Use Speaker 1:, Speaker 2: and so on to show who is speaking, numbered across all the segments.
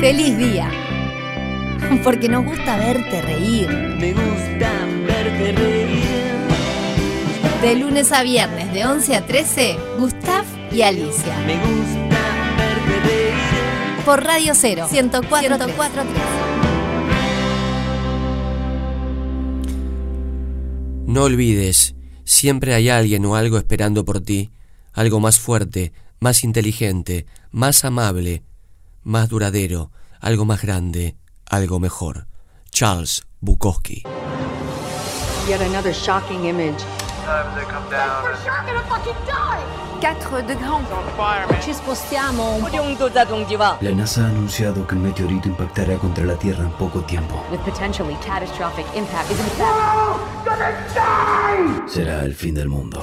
Speaker 1: Feliz día. Porque nos gusta verte reír.
Speaker 2: Me gusta verte reír.
Speaker 1: De lunes a viernes, de 11 a 13, Gustav y Alicia.
Speaker 2: Me gusta verte reír.
Speaker 1: Por Radio Cero, 104,
Speaker 3: No olvides, siempre hay alguien o algo esperando por ti, algo más fuerte, más inteligente, más amable, más duradero, algo más grande, algo mejor. Charles Bukowski.
Speaker 4: Yet another shocking image.
Speaker 1: 4 de Ci spostiamo un po'.
Speaker 5: La NASA ha anunciado que un meteorito impactará contra la Tierra en poco tiempo.
Speaker 4: With potentially catastrophic impact.
Speaker 5: Será el fin del mundo.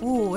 Speaker 6: Uh,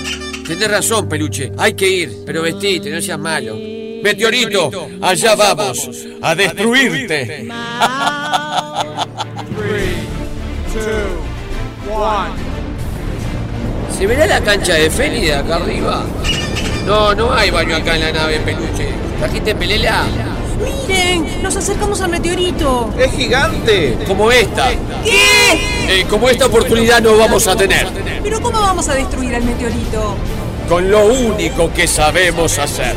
Speaker 7: Tenés razón, peluche. Hay que ir, pero vestite, no seas malo. Meteorito, allá vamos, a destruirte. ¿Se verá la cancha de Feli de acá arriba? No, no hay baño acá en la nave, peluche. ¿Trajiste pelela?
Speaker 6: ¡Miren! ¡Nos acercamos al meteorito!
Speaker 8: ¡Es gigante!
Speaker 7: Como esta.
Speaker 6: ¿Qué?
Speaker 7: Eh, como esta oportunidad no vamos a tener.
Speaker 6: ¿Pero cómo vamos a destruir al meteorito?
Speaker 7: Con lo único que sabemos hacer.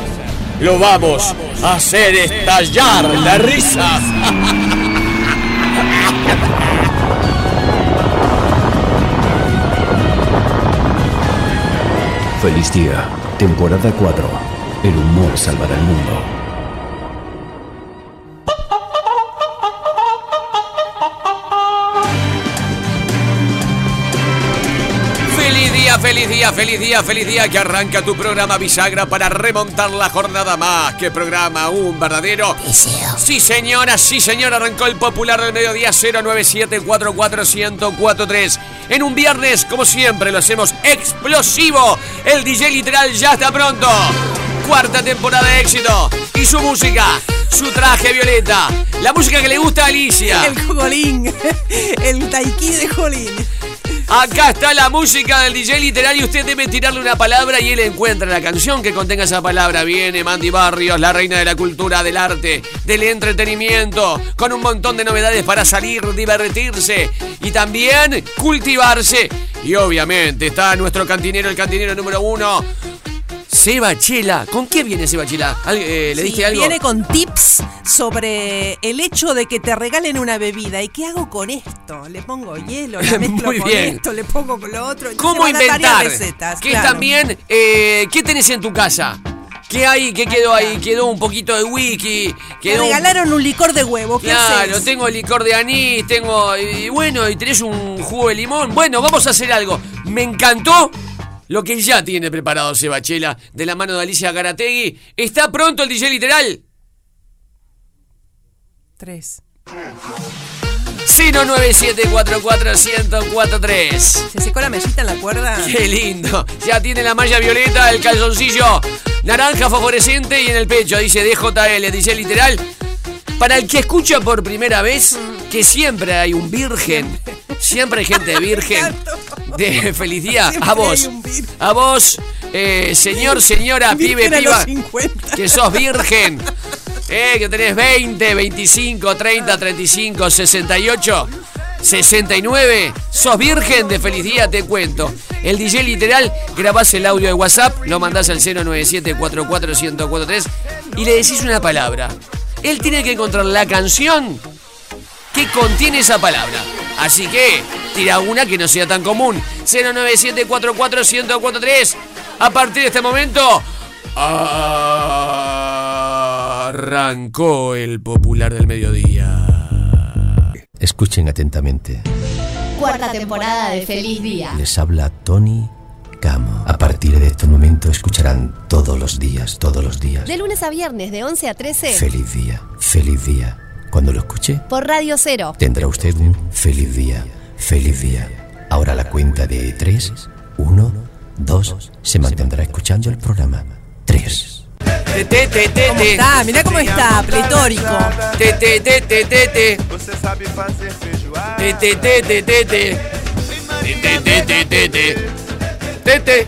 Speaker 7: Lo vamos a hacer estallar la risa.
Speaker 5: Feliz día, temporada 4. El humor salvará el mundo.
Speaker 7: Feliz día, feliz día, feliz día, feliz día que arranca tu programa Bisagra para remontar la jornada más. que programa? Un verdadero. Sí, señora, sí, señora. Arrancó el popular del mediodía 097441043. En un viernes, como siempre, lo hacemos explosivo. El DJ literal ya está pronto. Cuarta temporada de éxito. Y su música, su traje violeta. La música que le gusta a Alicia.
Speaker 6: El Jolín. El Taiki de Jolín.
Speaker 7: Acá está la música del DJ literal y usted debe tirarle una palabra y él encuentra la canción que contenga esa palabra. Viene Mandy Barrios, la reina de la cultura, del arte, del entretenimiento, con un montón de novedades para salir, divertirse y también cultivarse. Y obviamente está nuestro cantinero, el cantinero número uno, Seba Chela. ¿Con qué viene Seba Chela? ¿Al- eh, ¿Le
Speaker 6: Sí,
Speaker 7: dije algo?
Speaker 6: Viene con tips sobre el hecho de que te regalen una bebida. ¿Y qué hago con esto? ¿Le pongo hielo? ¿La mezclo
Speaker 7: Muy
Speaker 6: con
Speaker 7: bien.
Speaker 6: esto? ¿Le pongo con lo otro? Entonces
Speaker 7: ¿Cómo
Speaker 6: van a dar varias
Speaker 7: inventar?
Speaker 6: Recetas,
Speaker 7: que
Speaker 6: claro.
Speaker 7: también, eh, ¿qué tenés en tu casa? ¿Qué hay? ¿Qué quedó ahí? Quedó un poquito de wiki.
Speaker 6: Me
Speaker 7: Quedó un-
Speaker 6: regalaron un licor de huevo. ¿Qué
Speaker 7: Claro,
Speaker 6: haces?
Speaker 7: tengo licor de anís, tengo. Y bueno, y tenés un jugo de limón. Bueno, vamos a hacer algo. Me encantó lo que ya tiene preparado Sebachela de la mano de Alicia Garategui. ¿Está pronto el DJ literal?
Speaker 6: Tres.
Speaker 7: 097441043.
Speaker 6: ¿Se secó la mellita en la cuerda?
Speaker 7: Qué lindo. Ya tiene la malla violeta, el calzoncillo naranja fosforescente y en el pecho dice DJL, dice literal. Para el que escucha por primera vez, que siempre hay un virgen, siempre hay gente virgen. De feliz día
Speaker 6: Siempre
Speaker 7: a vos,
Speaker 6: hay un vir-
Speaker 7: a vos, eh, señor, señora, pibe,
Speaker 6: Virgen a los
Speaker 7: piba,
Speaker 6: 50.
Speaker 7: que sos virgen, eh, que tenés 20, 25, 30, 35, 68, 69, sos virgen de feliz día, te cuento. El DJ literal, grabás el audio de WhatsApp, lo mandás al 097 44 1043 y le decís una palabra. Él tiene que encontrar la canción que contiene esa palabra. Así que tira una que no sea tan común. 097441043. A partir de este momento arrancó el popular del mediodía.
Speaker 9: Escuchen atentamente.
Speaker 1: Cuarta temporada de Feliz Día.
Speaker 9: Les habla Tony Camo. A partir de este momento escucharán todos los días, todos los días.
Speaker 1: De lunes a viernes de 11 a 13
Speaker 9: Feliz día, feliz día. Cuando lo escuche,
Speaker 1: por Radio Cero.
Speaker 9: tendrá usted un feliz día, feliz día. Ahora la cuenta de 3, 1, 2, se mantendrá escuchando el programa. 3.
Speaker 7: Te, te, te, te,
Speaker 6: ¿Cómo
Speaker 7: te.
Speaker 6: está? Mirá cómo está, pletórico.
Speaker 7: Te, te, te, te, te, te.
Speaker 4: Você sabe fazer feijoada.
Speaker 7: Te, te, te, te, te, te. Te, te, te, te, te, te. Te, te,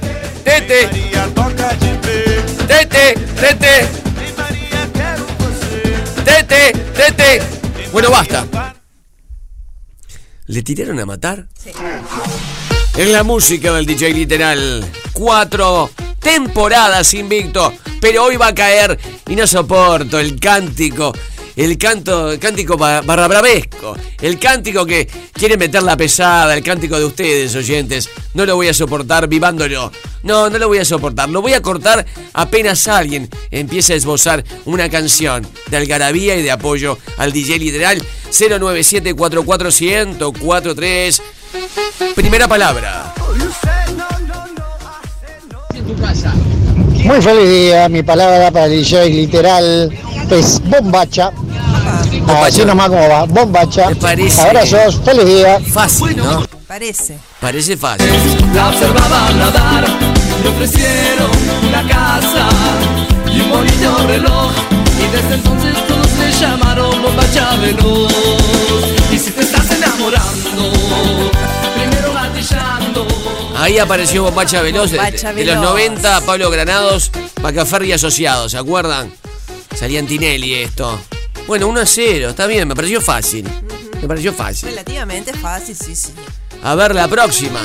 Speaker 7: te, te.
Speaker 4: Maria toca de pé.
Speaker 7: Tete, tete,
Speaker 4: Ei, Maria, quero você.
Speaker 7: tete, tete. Bueno, basta. ¿Le tiraron a matar? Es la música del DJ Literal. Cuatro temporadas invicto. Pero hoy va a caer y no soporto el cántico. El canto, el cántico ba- barra bravesco. El cántico que quiere meter la pesada. El cántico de ustedes, oyentes. No lo voy a soportar vivándolo. No, no lo voy a soportar. Lo voy a cortar apenas alguien empiece a esbozar una canción de algarabía y de apoyo al DJ Literal 097 1043 Primera palabra.
Speaker 10: Muy feliz día, mi palabra para el DJ literal es bombacha. Así nomás como va, bombacha.
Speaker 7: Me parece.
Speaker 10: Abrazos, feliz día.
Speaker 7: Fácil, ¿no?
Speaker 6: Parece.
Speaker 7: Parece fácil.
Speaker 4: La observaba nadar, le ofrecieron una casa y un bonito reloj. Y desde entonces todos le llamaron bombacha veloz. Y si te estás enamorando, primero gatillando.
Speaker 7: Ahí apareció Bombacha Veloz. de-
Speaker 6: Bombacha
Speaker 7: de, los
Speaker 6: Veloz.
Speaker 7: 90, Pablo Granados, Macaferri y Asociados, ¿se acuerdan? Salían Tinelli esto. Bueno, 1 a 0, está bien, me pareció fácil. Me pareció fácil.
Speaker 6: Relativamente fácil, sí, sí.
Speaker 7: A ver la próxima.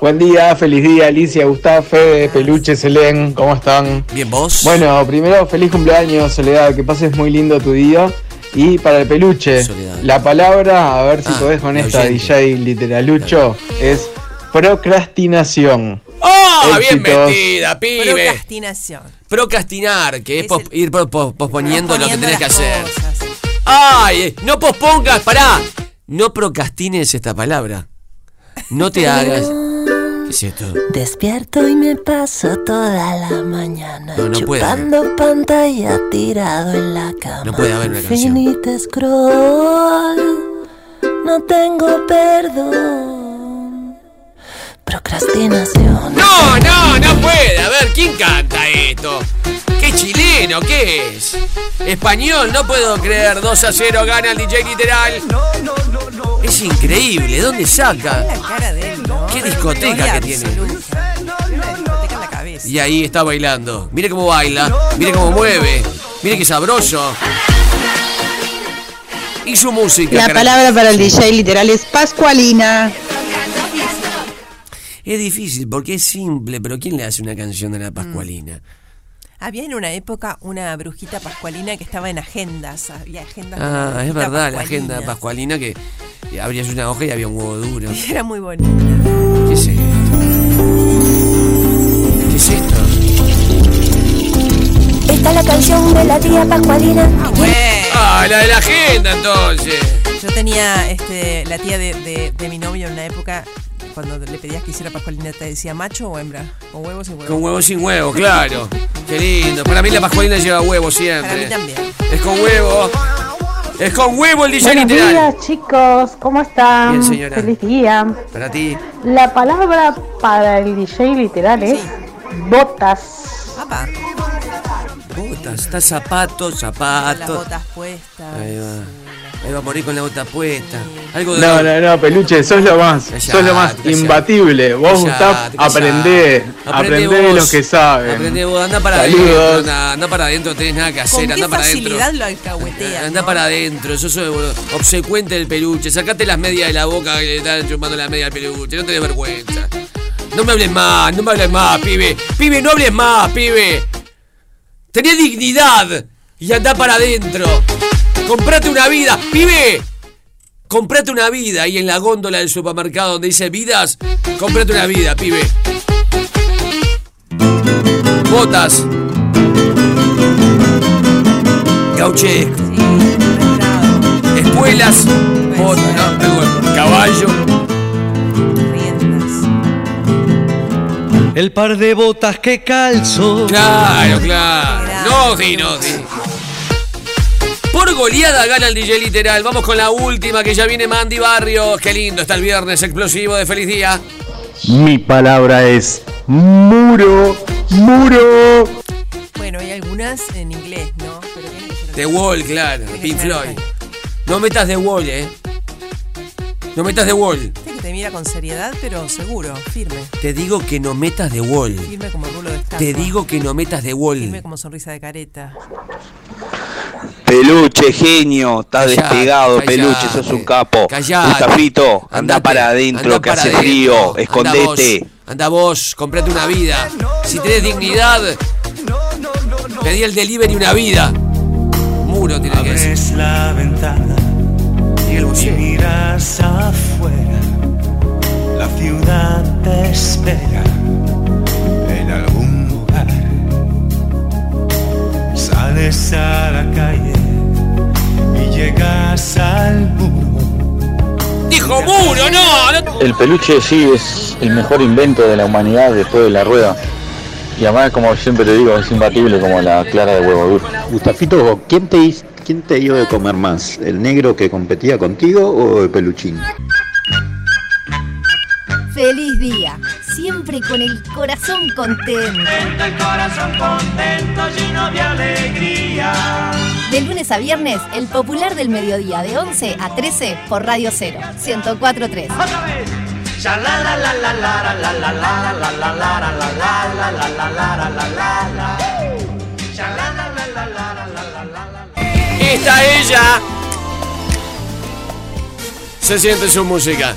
Speaker 10: Buen día, feliz día, Alicia, Gustavo, Fede, Peluche, Selén, ¿cómo están?
Speaker 7: Bien, vos.
Speaker 10: Bueno, primero, feliz cumpleaños, Soledad, que pases muy lindo tu día. Y para el peluche,
Speaker 7: Soledad.
Speaker 10: la palabra, a ver si
Speaker 7: Ah,
Speaker 10: podés con
Speaker 7: la
Speaker 10: esta
Speaker 7: oyente.
Speaker 10: DJ literalucho, es procrastinación.
Speaker 7: ¡Ah! bien
Speaker 10: éxitos.
Speaker 7: metida, pibe.
Speaker 6: Procrastinación.
Speaker 7: Procrastinar, que es,
Speaker 6: Es
Speaker 7: pos-
Speaker 6: el-
Speaker 7: ir po- po- posponiendo lo que
Speaker 6: Poniendo
Speaker 7: tenés que
Speaker 6: las
Speaker 7: hacer.
Speaker 6: cosas.
Speaker 7: ¡Ay! eh, ¡No pospongas! ¡Pará! No procrastines esta palabra. No te hagas. ¿Qué es esto?
Speaker 4: Despierto y me paso toda la mañana
Speaker 7: No, no puede.
Speaker 4: chupando pantalla tirado en la cama.
Speaker 7: No puede haber una canción.
Speaker 4: Infinite scroll, no tengo perdón. Procrastinación.
Speaker 7: No, no, no puede. A ver, ¿quién canta esto? ¿Qué chileno? ¿Qué es? Español, no puedo creer. 2 a 0 gana el DJ literal. Es increíble, ¿dónde saca?
Speaker 6: La cara de él, ¿no?
Speaker 7: Qué discoteca
Speaker 6: Gloria
Speaker 7: que tiene.
Speaker 6: absoluta. Tiene una discoteca en la cabeza.
Speaker 7: Y ahí está bailando. Mire cómo baila, mire cómo mueve, mire qué sabroso. Y su música.
Speaker 11: La
Speaker 7: caray.
Speaker 11: palabra para el DJ literal es Pascualina.
Speaker 7: Es difícil porque es simple, pero ¿quién le hace una canción de la Pascualina?
Speaker 6: Había en una época una brujita pascualina que estaba en agendas. Había agendas. con
Speaker 7: Ah, es
Speaker 6: brujita
Speaker 7: verdad, la
Speaker 6: pascualina.
Speaker 7: agenda pascualina que que abrías una hoja y había un huevo duro.
Speaker 6: Y era muy bonita.
Speaker 7: ¿Qué es esto? ¿Qué es esto?
Speaker 12: Esta es la canción de la tía Pascualina.
Speaker 6: Ah, bueno.
Speaker 7: Ah, la de la agenda entonces.
Speaker 6: Yo tenía este, la tía de, de- de mi novio en una época. Cuando le pedías que hiciera pascualina, te decía macho o hembra. Con huevos y huevos.
Speaker 7: Con huevo sin huevo, claro. Qué lindo. Para mí la pascualina lleva huevo siempre.
Speaker 6: Para mí también.
Speaker 7: Es con huevo. Es con huevo el DJ literal.
Speaker 11: chicos, ¿cómo están?
Speaker 7: Bien, señora. Feliz
Speaker 11: día.
Speaker 7: Para ti.
Speaker 11: La palabra para el DJ literal es botas.
Speaker 6: Papá,
Speaker 7: Botas, está zapato,
Speaker 6: con las
Speaker 7: zapato.
Speaker 6: botas puestas.
Speaker 7: Ahí va. Ahí va a morir con la bota puesta. Algo de.
Speaker 10: No, no, no, peluche, sos lo más,
Speaker 7: Callate,
Speaker 10: sos lo más
Speaker 7: callate.
Speaker 10: imbatible. Vos,
Speaker 7: Callate,
Speaker 10: Gustav,
Speaker 7: callate.
Speaker 10: aprendé, aprendé de
Speaker 7: vos.
Speaker 10: los que saben.
Speaker 7: Aprendé vos, anda para
Speaker 10: Saludos.
Speaker 7: adentro, anda, anda para adentro, no tenés nada que
Speaker 6: Con
Speaker 7: hacer,
Speaker 6: qué
Speaker 7: anda para adentro.
Speaker 6: facilidad lo alcahueteas.
Speaker 7: Anda
Speaker 6: ¿no?
Speaker 7: para adentro, eso soy boludo. obsecuente del peluche. Sacate las medias de la boca que le están chupando las medias al peluche. No te des vergüenza. No me hables más, no me hables más, pibe. Pibe, no hables más, pibe. Tené dignidad y andá para adentro. Comprate una vida, pibe. Comprate una vida y en la góndola del supermercado donde dice vidas, comprate una vida, pibe. Botas. Gauchesco. Espuelas. Botas, no, me acuerdo. Caballo.
Speaker 13: El par de botas que calzo.
Speaker 7: Claro, claro. No, sí, no, sí. Por goleada gana el DJ literal. Vamos con la última que ya viene Mandy Barrios. Qué lindo está el viernes explosivo de feliz día.
Speaker 14: Mi palabra es muro, muro.
Speaker 6: Bueno, hay algunas en inglés, ¿no? Pero tiene que ser-
Speaker 7: The Wall, claro. Pink Floyd. No metas The Wall, eh. No metas The Wall.
Speaker 6: Viste que te mira con seriedad, pero seguro, firme.
Speaker 7: Te digo que no metas The Wall.
Speaker 6: Firme como rulo de estatua.
Speaker 7: Te digo que no metas The
Speaker 6: Firme
Speaker 7: Wall.
Speaker 6: como sonrisa de careta.
Speaker 15: Peluche, genio, estás
Speaker 7: Callate,
Speaker 15: despegado,
Speaker 7: callate.
Speaker 15: peluche, sos un capo.
Speaker 7: Callate.
Speaker 15: Gustafito, anda
Speaker 7: Andate,
Speaker 15: para adentro,
Speaker 7: andá
Speaker 15: que
Speaker 7: para
Speaker 15: hace
Speaker 7: adentro.
Speaker 15: frío,
Speaker 7: Andá
Speaker 15: escondete.
Speaker 7: vos, Anda vos, comprate una vida. Si tenés dignidad, pedí el delivery una vida. Muro tiene que ser.
Speaker 10: Abres la ventana y, miras afuera. La ciudad te espera en algún lugar. Sales a la calle y llegas al muro.
Speaker 7: Dijo muro, no, no
Speaker 16: El peluche sí es el mejor invento de la humanidad después de la rueda. Y además, como siempre te digo, es imbatible como la clara de huevo duro.
Speaker 17: Gustafito, ¿quién te, hiz- ¿quién te dio de comer más? ¿El negro que competía contigo o el peluchín?
Speaker 1: Feliz día, siempre con el corazón contento. De lunes a viernes, el popular del mediodía de 11 a 13 por Radio 0, 1043.
Speaker 7: Esta ella. Se siente su música.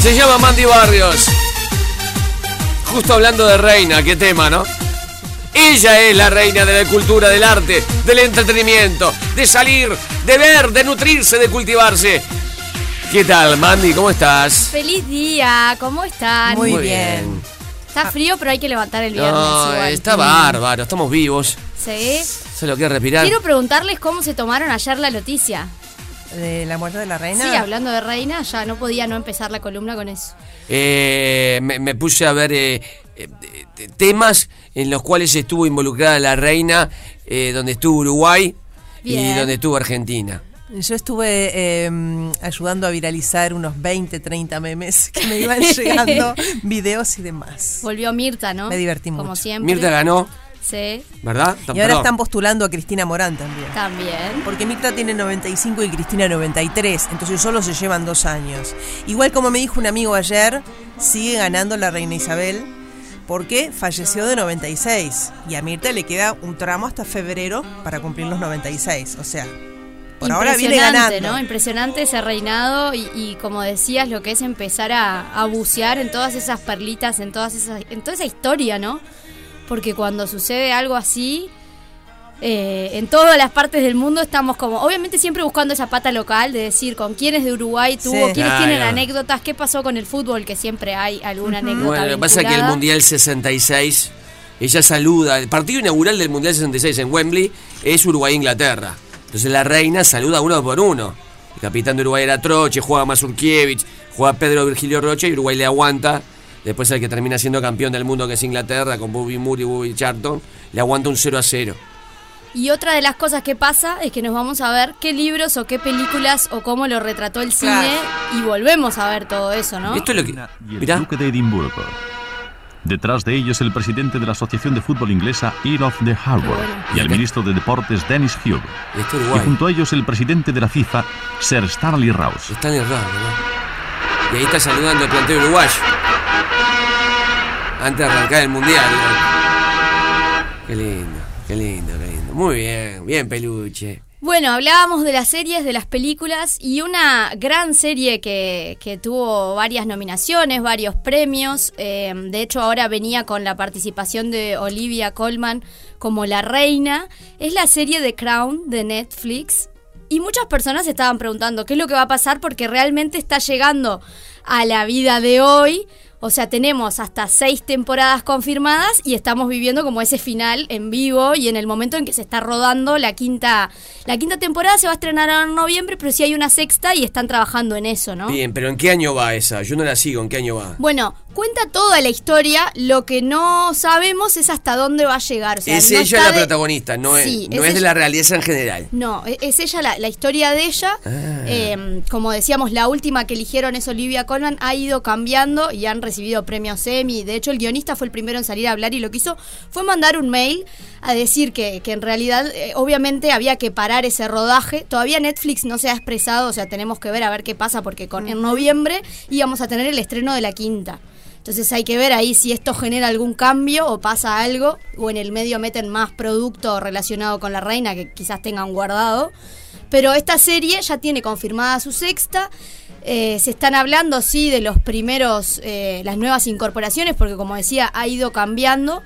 Speaker 7: Se llama Mandy Barrios. Justo hablando de reina, qué tema, ¿no? Ella es la reina de la cultura, del arte, del entretenimiento, de salir, de ver, de nutrirse, de cultivarse. ¿Qué tal, Mandy? ¿Cómo estás?
Speaker 18: Feliz día, ¿cómo están?
Speaker 6: Ah.
Speaker 18: Está frío, pero hay que levantar el viernes.
Speaker 7: No,
Speaker 18: igual.
Speaker 7: está bárbaro, estamos vivos.
Speaker 18: Sí.
Speaker 7: Se lo quiere respirar.
Speaker 18: Quiero preguntarles cómo se tomaron ayer la noticia.
Speaker 6: ¿De la muerte de la reina?
Speaker 18: Sí, hablando de reina, ya no podía no empezar la columna con eso.
Speaker 7: Eh, me, me puse a ver eh, eh, eh, temas en los cuales estuvo involucrada la reina, eh, donde estuvo Uruguay y
Speaker 6: Bien.
Speaker 7: donde estuvo Argentina.
Speaker 6: Yo estuve eh, ayudando a viralizar unos 20, 30 memes que me iban llegando, videos y demás.
Speaker 18: Volvió Mirta, ¿no?
Speaker 6: Me divertí
Speaker 18: Como
Speaker 6: mucho.
Speaker 18: siempre.
Speaker 7: Mirta ganó,
Speaker 18: Sí,
Speaker 7: ¿verdad?
Speaker 6: Y ahora
Speaker 7: Perdón.
Speaker 6: están postulando a Cristina Morán también.
Speaker 18: también.
Speaker 6: Porque Mirta tiene 95 y Cristina 93, entonces solo se llevan dos años. Igual como me dijo un amigo ayer, sigue ganando la reina Isabel porque falleció de 96 y a Mirta le queda un tramo hasta febrero para cumplir los 96, o sea, por ahora viene
Speaker 18: Impresionante,
Speaker 6: ganando.
Speaker 18: ¿no? Impresionante ese reinado y, y como decías, lo que es empezar a, a bucear en todas esas perlitas, en, todas esas, en toda esa historia, ¿no? Porque cuando sucede algo así, eh, en todas las partes del mundo estamos como, obviamente siempre buscando esa pata local de decir con quiénes de Uruguay tuvo,
Speaker 7: Sí. Ah,
Speaker 18: quiénes
Speaker 7: Claro.
Speaker 18: tienen anécdotas, qué pasó con el fútbol, que siempre hay alguna anécdota.
Speaker 7: Bueno, lo que pasa es que el
Speaker 18: vinculada.
Speaker 7: Mundial 66, ella saluda, el partido inaugural del Mundial 66 en Wembley es Uruguay-Inglaterra. Entonces la reina saluda uno por uno. El capitán de Uruguay era Troche, jugaba Mazurkiewicz, jugaba Pedro Virgilio Rocha y Uruguay le aguanta. Después el que termina siendo campeón del mundo, que es Inglaterra, con Bobby Moore y Bobby Charlton, le aguanta un 0 a 0.
Speaker 18: Y otra de las cosas que pasa es que nos vamos a ver qué libros o qué películas o cómo lo retrató el cine y volvemos a ver todo eso, ¿no?
Speaker 7: Esto es lo que.
Speaker 19: y el
Speaker 7: Mirá.
Speaker 19: Duque de Edimburgo. Detrás de ellos el presidente de la Asociación de Fútbol Inglesa, Ear of the Harbour, y el ministro de Deportes, Dennis Hugh. Y junto a ellos el presidente de la FIFA, Sir Stanley Rouse.
Speaker 7: Stanley Rouse, Y ahí está saludando el planteo uruguayo. Antes de arrancar el mundial. ¿no? Qué lindo, qué lindo, qué lindo. Muy bien, bien peluche.
Speaker 18: Bueno, hablábamos de las series, de las películas y una gran serie que, que tuvo varias nominaciones, varios premios. eh, de hecho, ahora venía con la participación de Olivia Colman como la reina. Es la serie The Crown de Netflix. Y muchas personas se estaban preguntando qué es lo que va a pasar porque realmente está llegando a la vida de hoy. O sea, tenemos hasta seis temporadas confirmadas y estamos viviendo como ese final en vivo y en el momento en que se está rodando la quinta, la quinta temporada se va a estrenar ahora en noviembre, pero sí hay una sexta y están trabajando en eso, ¿no?
Speaker 7: Bien, pero ¿en qué año va esa? Yo no la sigo, ¿en qué año va?
Speaker 18: Bueno, cuenta toda la historia, lo que no sabemos es hasta dónde va a llegar. O sea,
Speaker 7: es
Speaker 18: no
Speaker 7: ella
Speaker 18: está
Speaker 7: la
Speaker 18: de-
Speaker 7: protagonista, no es,
Speaker 18: Sí,
Speaker 7: no
Speaker 18: es
Speaker 7: es, de
Speaker 18: ella-
Speaker 7: la realeza en general.
Speaker 18: No, e- es ella la, la historia de ella.
Speaker 7: Ah.
Speaker 18: Eh, como decíamos, la última que eligieron es Olivia Colman, ha ido cambiando y han recibido premios Emmy. De hecho, el guionista fue el primero en salir a hablar y lo que hizo fue mandar un mail a decir que, que en realidad, eh, obviamente, había que parar ese rodaje. Todavía Netflix no se ha expresado, o sea, tenemos que ver a ver qué pasa porque con, en noviembre íbamos a tener el estreno de la quinta. Entonces hay que ver ahí si esto genera algún cambio o pasa algo, o en el medio meten más producto relacionado con la reina que quizás tengan guardado. Pero esta serie ya tiene confirmada su sexta. Eh, se están hablando, sí, de los primeros, eh, las nuevas incorporaciones, porque como decía, ha ido cambiando.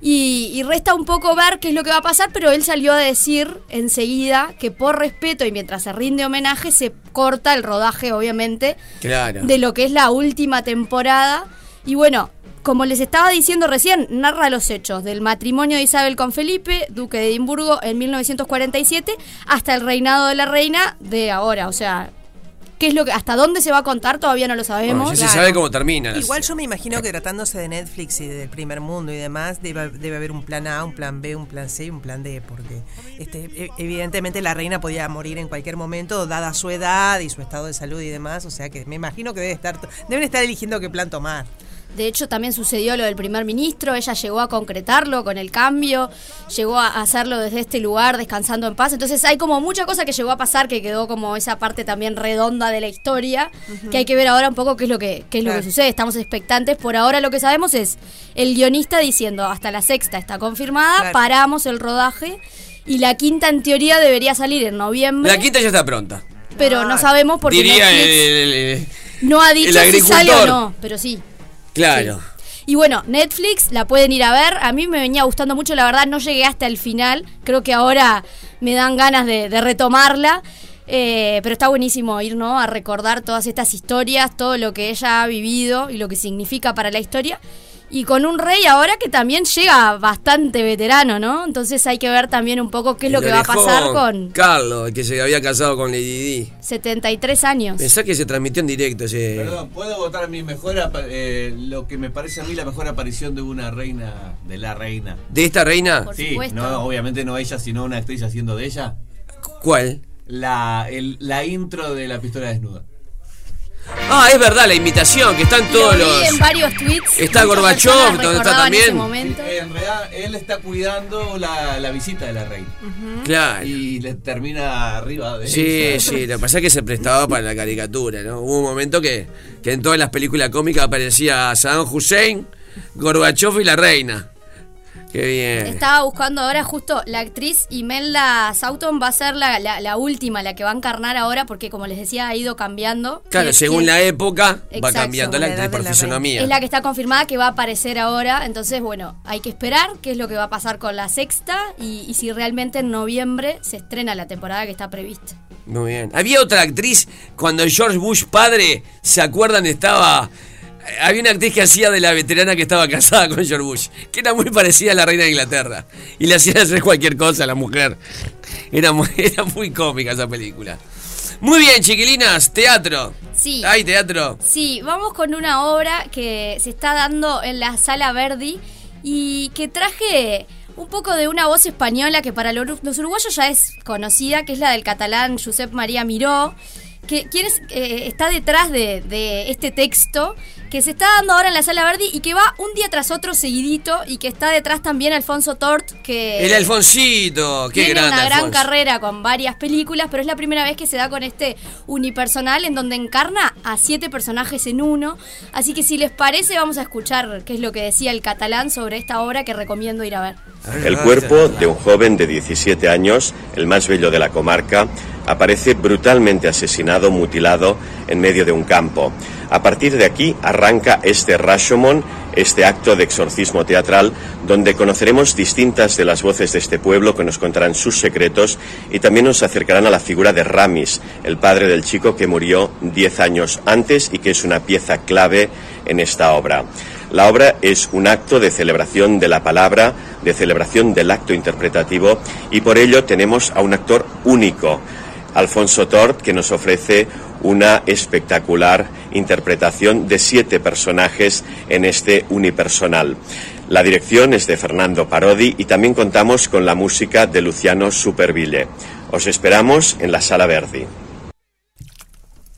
Speaker 18: Y, y resta un poco ver qué es lo que va a pasar, pero él salió a decir enseguida que por respeto y mientras se rinde homenaje, se corta el rodaje, obviamente,
Speaker 7: Claro.
Speaker 18: de lo que es la última temporada. Y bueno, como les estaba diciendo recién, narra los hechos del matrimonio de Isabel con Felipe, duque de Edimburgo, en 1947, hasta el reinado de la reina de ahora. O sea, ¿qué es lo que, hasta dónde se va a contar? Todavía no lo sabemos.
Speaker 7: Bueno, ya se sabe cómo termina. la
Speaker 6: Igual yo me imagino que tratándose de Netflix y del primer mundo y demás, debe, debe haber un plan A, un plan B, un plan C y un plan D, porque este, e- evidentemente la reina podía morir en cualquier momento, dada su edad y su estado de salud y demás, o sea que me imagino que debe estar, deben estar eligiendo qué plan tomar.
Speaker 18: De hecho, también sucedió lo del primer ministro, ella llegó a concretarlo con el cambio, llegó a hacerlo desde este lugar, descansando en paz. Entonces hay como mucha cosa que llegó a pasar, que quedó como esa parte también redonda de la historia,
Speaker 1: Ujú.
Speaker 18: que hay que ver ahora un poco qué es lo que, qué es lo
Speaker 1: Claro.
Speaker 18: que sucede. Estamos expectantes. Por ahora lo que sabemos es el guionista diciendo, hasta la sexta está confirmada,
Speaker 7: Claro.
Speaker 18: paramos el rodaje. Y la quinta en teoría debería salir en noviembre,
Speaker 7: La quinta ya está pronta.
Speaker 18: pero no sabemos porque
Speaker 7: Diría
Speaker 18: Netflix
Speaker 7: el- el-
Speaker 18: no ha
Speaker 7: el
Speaker 18: dicho si sale o
Speaker 7: agricultor.
Speaker 18: no, pero sí.
Speaker 7: Claro.
Speaker 18: Y bueno, Netflix la pueden ir a ver. A mí me venía gustando mucho, la verdad no llegué hasta el final. Creo que ahora me dan ganas de, de retomarla. Eh, pero está buenísimo ir, ¿no? A recordar todas estas historias, todo lo que ella ha vivido y lo que significa para la historia. Y con un rey ahora que también llega bastante veterano, ¿no? Entonces hay que ver también un poco qué es lo
Speaker 7: El
Speaker 18: que va a pasar
Speaker 7: orejón,
Speaker 18: con
Speaker 7: Carlos, el que se había casado con Lady Di.
Speaker 18: 73 años.
Speaker 7: Pensá que se transmitió en directo ese.
Speaker 8: Perdón, ¿puedo votar mi mejor, apa- eh, lo que me parece a mí la mejor aparición de una reina, de la reina?
Speaker 7: ¿De esta reina?
Speaker 8: sí, no, obviamente no ella, sino una actriz haciendo de ella.
Speaker 7: ¿Cuál?
Speaker 8: La, el- la intro de la pistola desnuda.
Speaker 7: Ah, es verdad, la imitación, que están todos
Speaker 18: Lo vi
Speaker 7: los.
Speaker 18: en varios tweets.
Speaker 7: Está
Speaker 18: Muchas
Speaker 7: Gorbachov,
Speaker 18: personas
Speaker 7: donde está
Speaker 18: recordaban ese
Speaker 7: también.
Speaker 18: momento.
Speaker 8: Sí, en realidad, él está cuidando la, la visita de la reina.
Speaker 18: Ujú.
Speaker 7: Claro.
Speaker 8: Y le termina arriba de
Speaker 7: Sí,
Speaker 8: ella.
Speaker 7: sí, lo que pasa es que se prestaba para la caricatura, ¿no? Hubo un momento que, que en todas las películas cómicas aparecía Saddam Hussein, Gorbachev y la reina. Qué bien.
Speaker 18: Estaba buscando ahora justo la actriz Imelda Sauton va a ser la, la- la última, la que va a encarnar ahora, porque como les decía, ha ido cambiando.
Speaker 7: Claro,
Speaker 18: ¿Quién-
Speaker 7: según
Speaker 18: quién-
Speaker 7: la época va
Speaker 18: Exacto.
Speaker 7: cambiando la actriz por fisonomía.
Speaker 18: Es la que está confirmada que va a aparecer ahora. Entonces, bueno, hay que esperar qué es lo que va a pasar con la sexta y, y si realmente en noviembre se estrena la temporada que está prevista.
Speaker 7: Muy bien. Había otra actriz, cuando George Bush padre, ¿se acuerdan? Estaba... eh, Había una actriz que hacía de la veterana que estaba casada con George Bush, que era muy parecida a la reina de Inglaterra. Y le hacían hacer cualquier cosa a la mujer. Era muy, era muy cómica esa película. Muy bien, chiquilinas, teatro.
Speaker 18: Sí.
Speaker 7: Ay, teatro.
Speaker 18: Sí, vamos con una obra que se está dando en la Sala Verdi y que traje un poco de una voz española que para los los uruguayos ya es conocida, que es la del catalán Josep María Miró, que, quién es, eh, está detrás de, de este texto que se está dando ahora en la sala Verdi y que va un día tras otro seguidito y que está detrás también Alfonso Tort, que
Speaker 7: El Alfonsito, Oh, qué
Speaker 18: Eh, tiene
Speaker 7: grande.
Speaker 18: una gran
Speaker 7: Alfonso.
Speaker 18: carrera con varias películas, pero es la primera vez que se da con este unipersonal en donde encarna a siete personajes en uno. Así que si les parece, vamos a escuchar qué es lo que decía el catalán sobre esta obra que recomiendo ir a ver.
Speaker 20: El cuerpo de un joven de 17 años, el más bello de la comarca, aparece brutalmente asesinado, mutilado, en medio de un campo. A partir de aquí arranca este Rashomon, este acto de exorcismo teatral, donde conoceremos distintas de las voces de este pueblo que nos contarán sus secretos y también nos acercarán a la figura de Ramis, el padre del chico que murió 10 años antes y que es una pieza clave en esta obra. La obra es un acto de celebración de la palabra, de celebración del acto interpretativo y por ello tenemos a un actor único, Alfonso Tort, que nos ofrece una espectacular interpretación de siete personajes en este unipersonal. La dirección es de Fernando Parodi y también contamos con la música de Luciano Superville. Os esperamos en la Sala Verdi.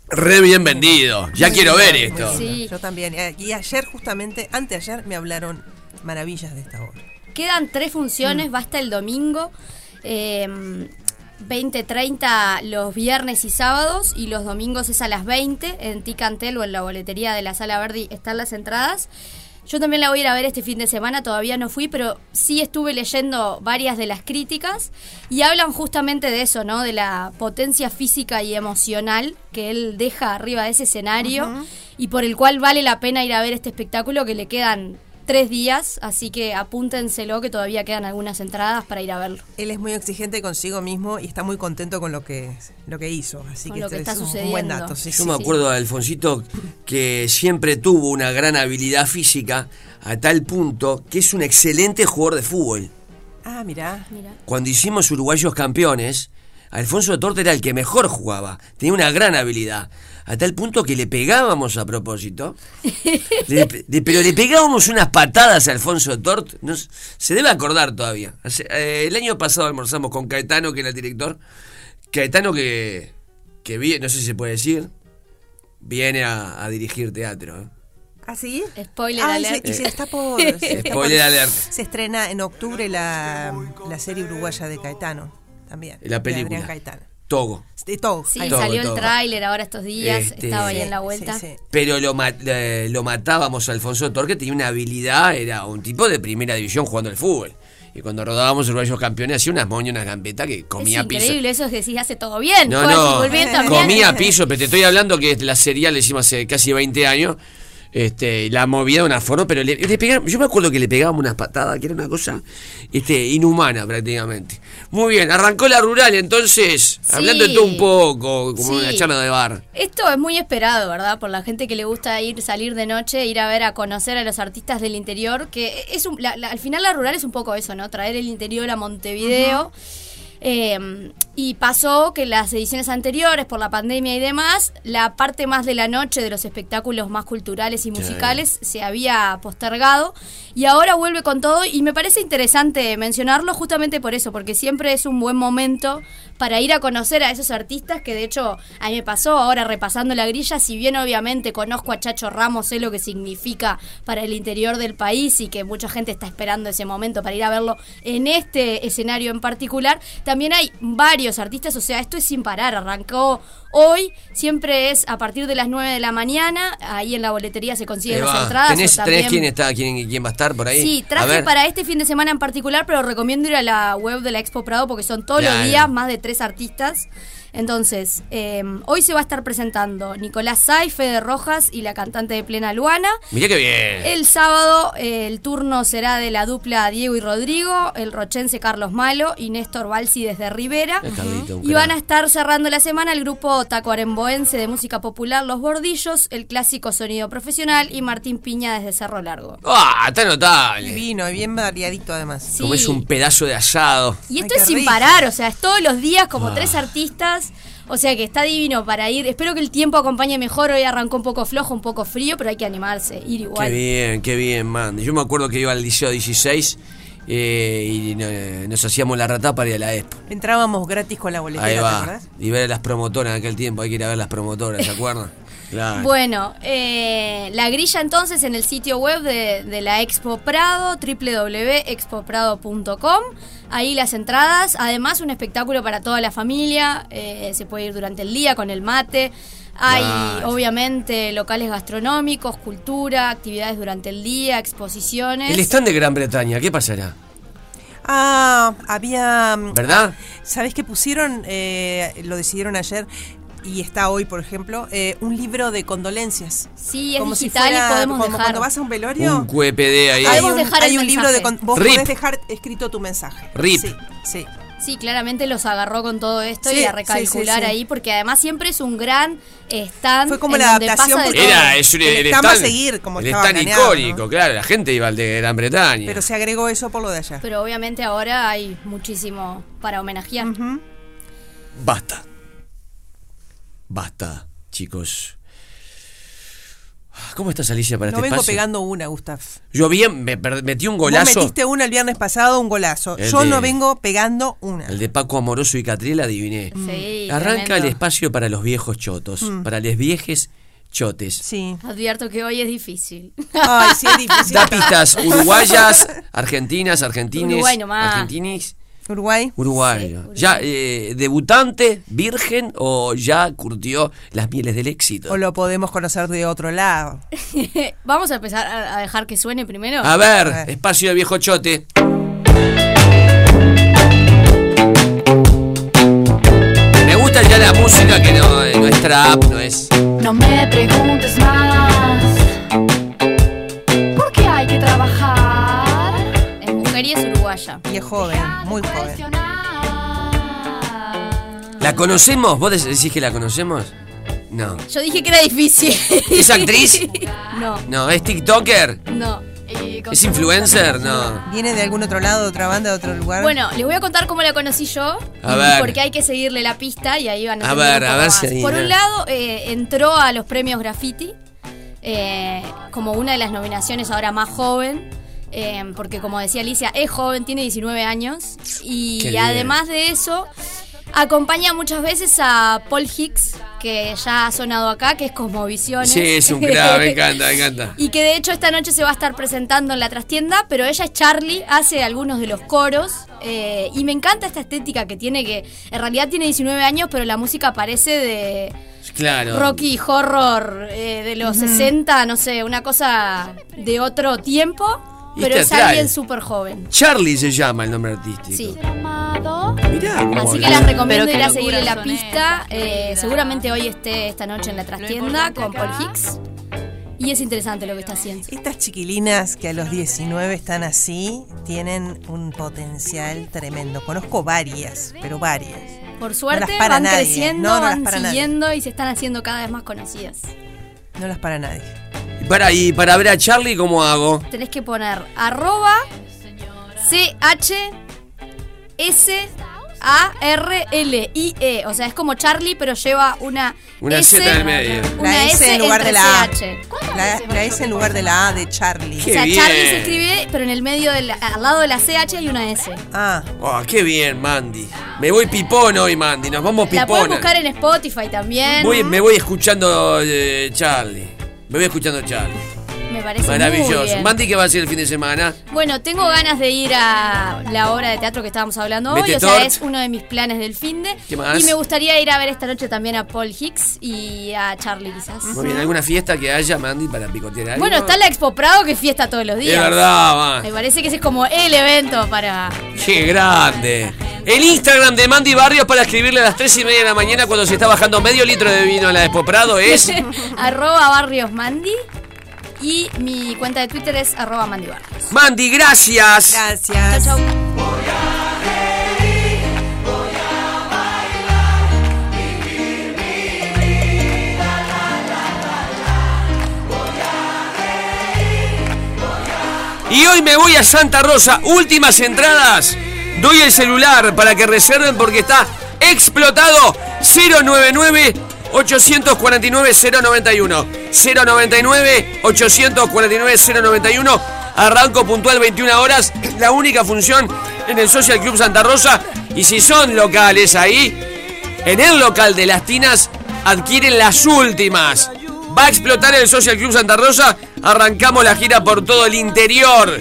Speaker 7: Re bien vendido. Ya quiero ver esto.
Speaker 6: Yo también. Eh, Y ayer, justamente, anteayer, me hablaron maravillas de esta obra.
Speaker 18: Quedan tres funciones,
Speaker 7: Mm.
Speaker 18: va hasta el domingo. eh, 20, 30 los viernes y sábados y los domingos es a las 20 en Ticantel o en la boletería de la Sala Verdi están las entradas. Yo también la voy a ir a ver este fin de semana, todavía no fui, pero sí estuve leyendo varias de las críticas y hablan justamente de eso, ¿no? De la potencia física y emocional que él deja arriba de ese escenario
Speaker 11: Ujú.
Speaker 18: y por el cual vale la pena ir a ver este espectáculo que le quedan tres días, así que apúntenselo que todavía quedan algunas entradas para ir a verlo.
Speaker 6: Él es muy exigente consigo mismo y está muy contento con lo que, lo que hizo. Así
Speaker 18: Con
Speaker 6: que,
Speaker 18: lo que
Speaker 6: este
Speaker 18: está
Speaker 6: es un buen
Speaker 18: sucediendo.
Speaker 6: dato. sí,
Speaker 7: Yo
Speaker 6: sí,
Speaker 7: me
Speaker 6: sí.
Speaker 7: acuerdo de Alfonsito que siempre tuvo una gran habilidad física a tal punto que es un excelente jugador de fútbol.
Speaker 6: Ah, mirá.
Speaker 7: Cuando hicimos Uruguayos Campeones, Alfonso Torte era el que mejor jugaba, tenía una gran habilidad. A tal punto que le pegábamos a propósito.
Speaker 18: Eh.
Speaker 7: Le pe- le- pero le pegábamos unas patadas a Alfonso Tort. no s- se debe acordar todavía. Hace- eh, el año pasado almorzamos con Caetano, que era el director. Caetano que, que vi- no sé si se puede decir, viene a, a dirigir teatro. ¿eh?
Speaker 6: ¿Ah, sí?
Speaker 18: Spoiler
Speaker 6: Ah, y se-
Speaker 18: alert.
Speaker 6: y se está por. se está
Speaker 7: Spoiler
Speaker 6: por-
Speaker 7: alert.
Speaker 6: Se estrena en octubre la, la serie uruguaya de Caetano. También.
Speaker 7: La
Speaker 6: De
Speaker 7: película.
Speaker 6: Adrián Caetano.
Speaker 7: Togo.
Speaker 6: De todo.
Speaker 18: Sí,
Speaker 7: Ahí va. Todo,
Speaker 18: salió el
Speaker 7: todo.
Speaker 18: tráiler ahora estos días,
Speaker 7: Este-
Speaker 18: estaba ahí en la
Speaker 6: Sí,
Speaker 18: vuelta.
Speaker 6: sí,
Speaker 7: Pero lo, ma- eh, lo matábamos a Alfonso Torque, tenía una habilidad, era un tipo de primera división jugando al fútbol. Y cuando rodábamos Uruguayos Campeones hacía unas moñas, una gambeta que comía
Speaker 18: es
Speaker 7: piso.
Speaker 18: increíble, eso es decir, hace todo bien.
Speaker 7: No,
Speaker 18: juega al
Speaker 7: no,
Speaker 18: fútbol bien también.
Speaker 7: comía piso, pero te estoy hablando que la serie le hicimos hace casi 20 años. Este, la movía de una forma, pero le, le pegaba- yo me acuerdo que le pegábamos unas patadas, que era una cosa este, inhumana prácticamente. Muy bien, arrancó la rural entonces, hablando de todo un poco, como
Speaker 18: Sí.
Speaker 7: una charla de bar.
Speaker 18: Esto es muy esperado, ¿verdad? Por la gente que le gusta ir salir de noche, ir a ver, a conocer a los artistas del interior, que es un- la- la- al final la rural es un poco eso, ¿no? Traer el interior a Montevideo. Eh, y pasó que las ediciones anteriores, por la pandemia y demás, la parte más de la noche de los espectáculos más culturales y
Speaker 21: Claro.
Speaker 18: musicales se había postergado y ahora vuelve con todo y me parece interesante mencionarlo justamente por eso, porque siempre es un buen momento para ir a conocer a esos artistas que de hecho a mí me pasó ahora repasando la grilla, si bien obviamente conozco a Chacho Ramos, sé lo que significa para el interior del país y que mucha gente está esperando ese momento para ir a verlo en este escenario en particular, también hay varios artistas, o sea, esto es sin parar, arrancó hoy, siempre es a partir de las 9 de la mañana, ahí en la boletería se consiguen
Speaker 7: Ahí
Speaker 18: las
Speaker 7: va.
Speaker 18: entradas. o
Speaker 7: ¿Tenés, tenés
Speaker 18: también-
Speaker 7: quién, está, quién, quién va a estar por ahí?
Speaker 18: Sí,
Speaker 7: A
Speaker 18: traje
Speaker 7: ver.
Speaker 18: para este fin de semana en particular, pero recomiendo ir a la web de la Expo Prado porque son todos
Speaker 7: Claro.
Speaker 18: los días más de tres artistas. Entonces, eh, hoy se va a estar presentando Nicolás Say, Fede Rojas y la cantante de Plena Luana.
Speaker 7: Mirá qué bien.
Speaker 18: El sábado eh, el turno será de la dupla Diego y Rodrigo, el rochense Carlos Malo y Néstor Balsi desde Rivera.
Speaker 7: El Carlito, un
Speaker 18: Y van a
Speaker 7: crack.
Speaker 18: estar cerrando la semana el grupo tacuaremboense de música popular Los Bordillos, el clásico Sonido Profesional y Martín Piña desde Cerro Largo.
Speaker 7: ¡Ah! Está notable.
Speaker 6: Divino y bien variadito además.
Speaker 7: Como es un pedazo de asado.
Speaker 18: Y esto
Speaker 6: Ay,
Speaker 18: es
Speaker 6: qué
Speaker 18: sin
Speaker 6: rico.
Speaker 18: parar, o sea, es todos los días como
Speaker 7: Ah.
Speaker 18: tres artistas. O sea que está divino para ir. Espero que el tiempo acompañe mejor. Hoy arrancó un poco flojo, un poco frío, pero hay que animarse, ir
Speaker 7: Qué
Speaker 18: igual.
Speaker 7: bien, qué bien, man. Yo me acuerdo que iba al liceo 16 eh, y no- eh, nos hacíamos la rata para ir a la expo.
Speaker 6: Entrábamos gratis con la boletera,
Speaker 7: Ahí
Speaker 6: ¿te
Speaker 7: va.
Speaker 6: acordás?
Speaker 7: Y ver a las promotoras en aquel tiempo, hay que ir a ver las promotoras, ¿se acuerdan? Claro.
Speaker 18: Bueno, eh, la grilla entonces en el sitio web de, de la Expo Prado, www.expoprado.com. Ahí las entradas, además un espectáculo para toda la familia, eh, se puede ir durante el día con el mate. Hay
Speaker 22: Claro.
Speaker 18: obviamente locales gastronómicos, cultura, actividades durante el día, exposiciones.
Speaker 7: El stand de Gran Bretaña, ¿qué pasará?
Speaker 6: Ah, había. ah,
Speaker 7: ¿Verdad?
Speaker 6: ¿Sabés qué pusieron? Eh, lo decidieron ayer y está hoy, por ejemplo, eh, un libro de condolencias.
Speaker 18: Sí,
Speaker 22: es
Speaker 18: digital y podemos
Speaker 6: como
Speaker 18: dejar.
Speaker 6: cuando vas a un velorio.
Speaker 7: Un QPD ahí.
Speaker 6: Hay
Speaker 7: Podemos
Speaker 6: un,
Speaker 18: dejar
Speaker 6: hay
Speaker 18: el
Speaker 6: un libro de
Speaker 18: mensaje.
Speaker 6: con- vos
Speaker 7: Rip.
Speaker 6: podés dejar escrito tu mensaje.
Speaker 7: Rip.
Speaker 6: Sí, sí.
Speaker 18: Sí, claramente los agarró con todo esto
Speaker 6: Sí,
Speaker 18: y a
Speaker 6: sí,
Speaker 18: recalcular
Speaker 6: sí, sí.
Speaker 18: ahí, porque además siempre es un gran stand.
Speaker 6: Fue como
Speaker 18: en
Speaker 6: la
Speaker 18: donde
Speaker 6: adaptación
Speaker 18: pasa de
Speaker 6: porque-
Speaker 18: todo.
Speaker 7: Era, es un,
Speaker 6: El
Speaker 7: el
Speaker 6: stand va a
Speaker 7: stand,
Speaker 6: seguir como
Speaker 7: el
Speaker 6: estaba
Speaker 7: stand
Speaker 6: planeado,
Speaker 7: icónico, claro. La gente iba al de Gran Bretaña.
Speaker 6: Pero se agregó eso por lo de allá.
Speaker 18: Pero obviamente ahora hay muchísimo para homenajear.
Speaker 7: Basta. Basta, chicos. ¿Cómo estás, Alicia, para
Speaker 6: No
Speaker 7: este
Speaker 6: vengo
Speaker 7: espacio?
Speaker 6: pegando una, Gustav.
Speaker 7: Yo bien, me per- metí un
Speaker 6: Vos
Speaker 7: golazo.
Speaker 6: metiste una el viernes pasado, un golazo.
Speaker 7: El
Speaker 6: Yo
Speaker 7: de-
Speaker 6: no vengo pegando una.
Speaker 7: El de Paco Amoroso y Catriel, adiviné.
Speaker 18: Sí,
Speaker 7: Mm. Arranca
Speaker 18: tremendo.
Speaker 7: el espacio para los viejos chotos,
Speaker 18: Mm.
Speaker 7: para los viejes chotes.
Speaker 6: Sí.
Speaker 18: Advierto que hoy es difícil.
Speaker 6: Ay, sí, es difícil.
Speaker 7: Da pistas uruguayas, argentinas, argentines,
Speaker 18: Uruguay nomás.
Speaker 7: argentinis,
Speaker 6: Uruguay.
Speaker 7: uruguayo. ¿Ya eh, debutante, virgen o ya curtió las mieles del éxito?
Speaker 6: O lo podemos conocer de otro lado.
Speaker 18: Vamos a empezar a a dejar que suene primero.
Speaker 7: A ver, espacio de viejo chote. Me gusta ya la música que no, eh, no es trap, no es...
Speaker 22: No me preguntes más. Porque hay que trabajar.
Speaker 18: Es mujer y es uruguaya.
Speaker 6: Y es joven, muy joven.
Speaker 7: ¿La conocemos? ¿Vos dec- decís que la conocemos? No.
Speaker 18: Yo dije que era difícil.
Speaker 7: ¿Es actriz?
Speaker 18: No,
Speaker 7: No, ¿es TikToker?
Speaker 18: no.
Speaker 7: ¿Es influencer? No.
Speaker 6: ¿Viene de algún otro lado, de otra banda, de otro lugar?
Speaker 18: Bueno, les voy a contar cómo la conocí yo.
Speaker 7: A ver.
Speaker 18: Porque hay que seguirle la pista y ahí van a
Speaker 7: A
Speaker 18: entender
Speaker 7: ver,
Speaker 18: un
Speaker 7: a
Speaker 18: poco
Speaker 7: ver
Speaker 18: más.
Speaker 7: si ahí,
Speaker 18: Por
Speaker 7: ¿no?
Speaker 18: un lado, eh, entró a los premios Graffiti eh, como una de las nominaciones ahora más joven. eh, porque como decía Alicia, es joven, tiene 19 años.
Speaker 22: Qué
Speaker 18: Y
Speaker 22: bien.
Speaker 18: además de eso, acompaña muchas veces a Paul Hicks, que ya ha sonado acá, que es Cosmovisiones.
Speaker 7: Sí, es un crack, me encanta, me encanta.
Speaker 18: Y que de hecho esta noche se va a estar presentando en la trastienda, pero ella es Charlie, hace algunos de los coros. eh, y me encanta esta estética que tiene, que en realidad tiene 19 años, pero la música parece de
Speaker 7: Claro.
Speaker 18: Rocky Horror eh, de los
Speaker 22: Ujú.
Speaker 18: 60, no sé, una cosa de otro tiempo,
Speaker 7: Y
Speaker 18: pero es
Speaker 7: teatral.
Speaker 18: alguien súper joven.
Speaker 7: Charlie se llama el nombre artístico.
Speaker 18: este Sí.
Speaker 7: Mirá cómo
Speaker 18: Así que
Speaker 7: habla.
Speaker 18: las
Speaker 22: Pero
Speaker 18: recomiendo ir
Speaker 22: qué
Speaker 18: a seguirle
Speaker 22: locura
Speaker 18: la pista. eh, seguramente hoy esté esta noche en la trastienda con Paul Hicks. Y es interesante lo que está haciendo.
Speaker 6: Estas chiquilinas que a los 19 están así, tienen un potencial tremendo. Conozco varias, pero varias.
Speaker 18: Por suerte
Speaker 6: las para
Speaker 18: van
Speaker 6: nadie.
Speaker 18: creciendo,
Speaker 6: No, no las
Speaker 18: van
Speaker 6: para nadie.
Speaker 18: siguiendo y se están haciendo cada vez más conocidas.
Speaker 6: No las para nadie.
Speaker 7: Y para, y para ver a Charlie, ¿cómo hago?
Speaker 18: Tenés que poner arroba CH S A R L I E. O sea, es como Charlie, pero lleva una,
Speaker 7: Una
Speaker 18: S,
Speaker 7: Z en el medio.
Speaker 18: Una
Speaker 6: La
Speaker 18: S,
Speaker 6: S en lugar de
Speaker 18: entre
Speaker 6: la A.
Speaker 18: CH.
Speaker 6: La, la S en lugar de la A de Charlie.
Speaker 18: O sea, Charlie se escribe, pero en el medio, del, al lado de la CH hay una S.
Speaker 6: Ah.
Speaker 7: Oh, qué bien, Mandy. Me voy pipón hoy, Mandy. Nos vamos
Speaker 18: La pueden
Speaker 7: pipona.
Speaker 18: buscar en Spotify también.
Speaker 7: Voy- me voy escuchando eh, Charlie. Me voy escuchando Charlie.
Speaker 18: Me parece Muy
Speaker 7: Maravilloso.
Speaker 18: bien.
Speaker 7: Mandy, ¿qué va a hacer el fin de semana?
Speaker 18: Bueno, tengo ganas de ir a la obra de teatro que estábamos hablando hoy,
Speaker 7: Vete,
Speaker 18: o sea,
Speaker 7: Tort.
Speaker 18: es uno de mis planes del fin de.
Speaker 7: ¿Qué más?
Speaker 18: Y me gustaría ir a ver esta noche también a Paul Hicks y a Charlie quizás.
Speaker 7: Muy bien, ¿alguna fiesta que haya, Mandy, para picotear algo?
Speaker 18: Bueno, está la Expo Prado que es fiesta todos los días.
Speaker 7: Es verdad, man.
Speaker 18: Me parece que ese es como el evento para.
Speaker 7: ¡Qué grande! El Instagram de Mandy Barrios para escribirle a las 3 y media de la mañana cuando se está bajando medio litro de vino a la Expo Prado es...
Speaker 18: arroba barrios Mandy. Y mi cuenta de Twitter es arroba Mandy Barrios.
Speaker 7: Mandy, gracias.
Speaker 6: Gracias.
Speaker 18: Chau, chau.
Speaker 7: Y hoy me voy a Santa Rosa. Últimas entradas. Doy el celular para que reserven porque está explotado. 099 849 091. 099 849 091. Arranco puntual 21 horas, la única función en el Social Club Santa Rosa. Y si son locales ahí, en el local de las tinas adquieren las últimas. Va a explotar el Social Club Santa Rosa. Arrancamos la gira por todo el interior.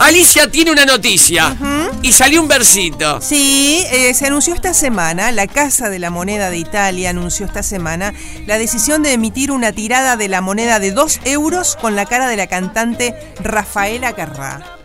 Speaker 7: Alicia tiene una noticia. Y salió un versito.
Speaker 6: Sí, eh, se anunció esta semana, la Casa de la Moneda de Italia anunció esta semana la decisión de emitir una tirada de la moneda de 2 euros con la cara de la cantante Rafaela Carrá.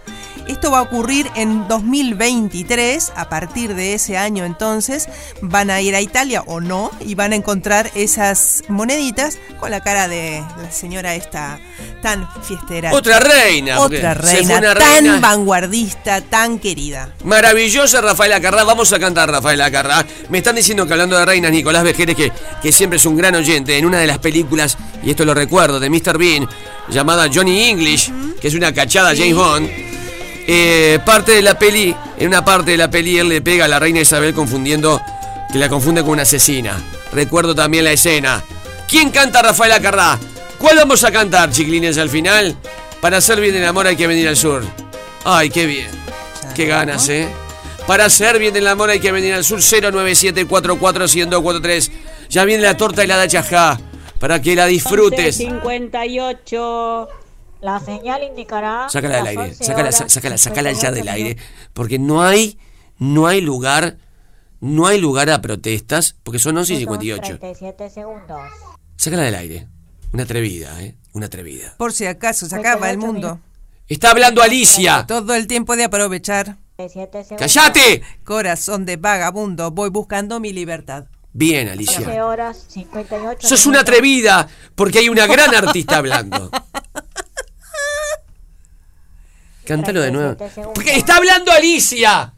Speaker 6: Esto va a ocurrir en 2023, a partir de ese año entonces van a ir a Italia o no y van a encontrar esas moneditas con la cara de la señora esta tan fiestera.
Speaker 7: Otra reina, porque
Speaker 6: Otra
Speaker 7: se fue
Speaker 6: reina,
Speaker 7: una
Speaker 6: tan
Speaker 7: reina.
Speaker 6: vanguardista, tan querida.
Speaker 7: Maravillosa Rafaela Carrá, vamos a cantar Rafaela Carrá. Me están diciendo que hablando de reinas, Nicolás Vejeres, que, que siempre es un gran oyente, en una de las películas, y esto lo recuerdo, de Mr. Bean, llamada Johnny English, que es una cachada James Bond. eh, parte de la peli, en una parte de la peli, él le pega a la reina Isabel confundiendo, que la confunde con una asesina. Recuerdo también la escena. ¿Quién canta Rafaela Carrá? ¿Cuál vamos a cantar, chiquilines, al final? Para hacer bien el amor hay que venir al sur. Ay, qué bien. Qué ganas, ¿eh? Para hacer bien el amor hay que venir al sur 097441043. Ya viene la torta helada chajá. Para que la disfrutes.
Speaker 23: 58. La señal indicará.
Speaker 7: Sácala del
Speaker 23: las
Speaker 7: aire.
Speaker 23: 11
Speaker 7: Sácala,
Speaker 23: horas
Speaker 7: sa- sácala, sácala
Speaker 23: 58
Speaker 7: ya del aire. Porque no hay, no hay lugar, no hay lugar a protestas. Porque son 11 y 58.
Speaker 23: 37 segundos.
Speaker 7: Sácala del aire. Una atrevida, ¿eh? Una atrevida.
Speaker 6: Por si acaso, se acaba el mundo.
Speaker 7: Está hablando Alicia.
Speaker 6: Todo el tiempo de aprovechar.
Speaker 7: ¡Cállate!
Speaker 6: Corazón de vagabundo, voy buscando mi libertad.
Speaker 7: Bien, Alicia.
Speaker 23: 11 horas 58.
Speaker 7: Sos una atrevida porque hay una gran artista hablando. Cántalo de nuevo. Porque está hablando Alicia.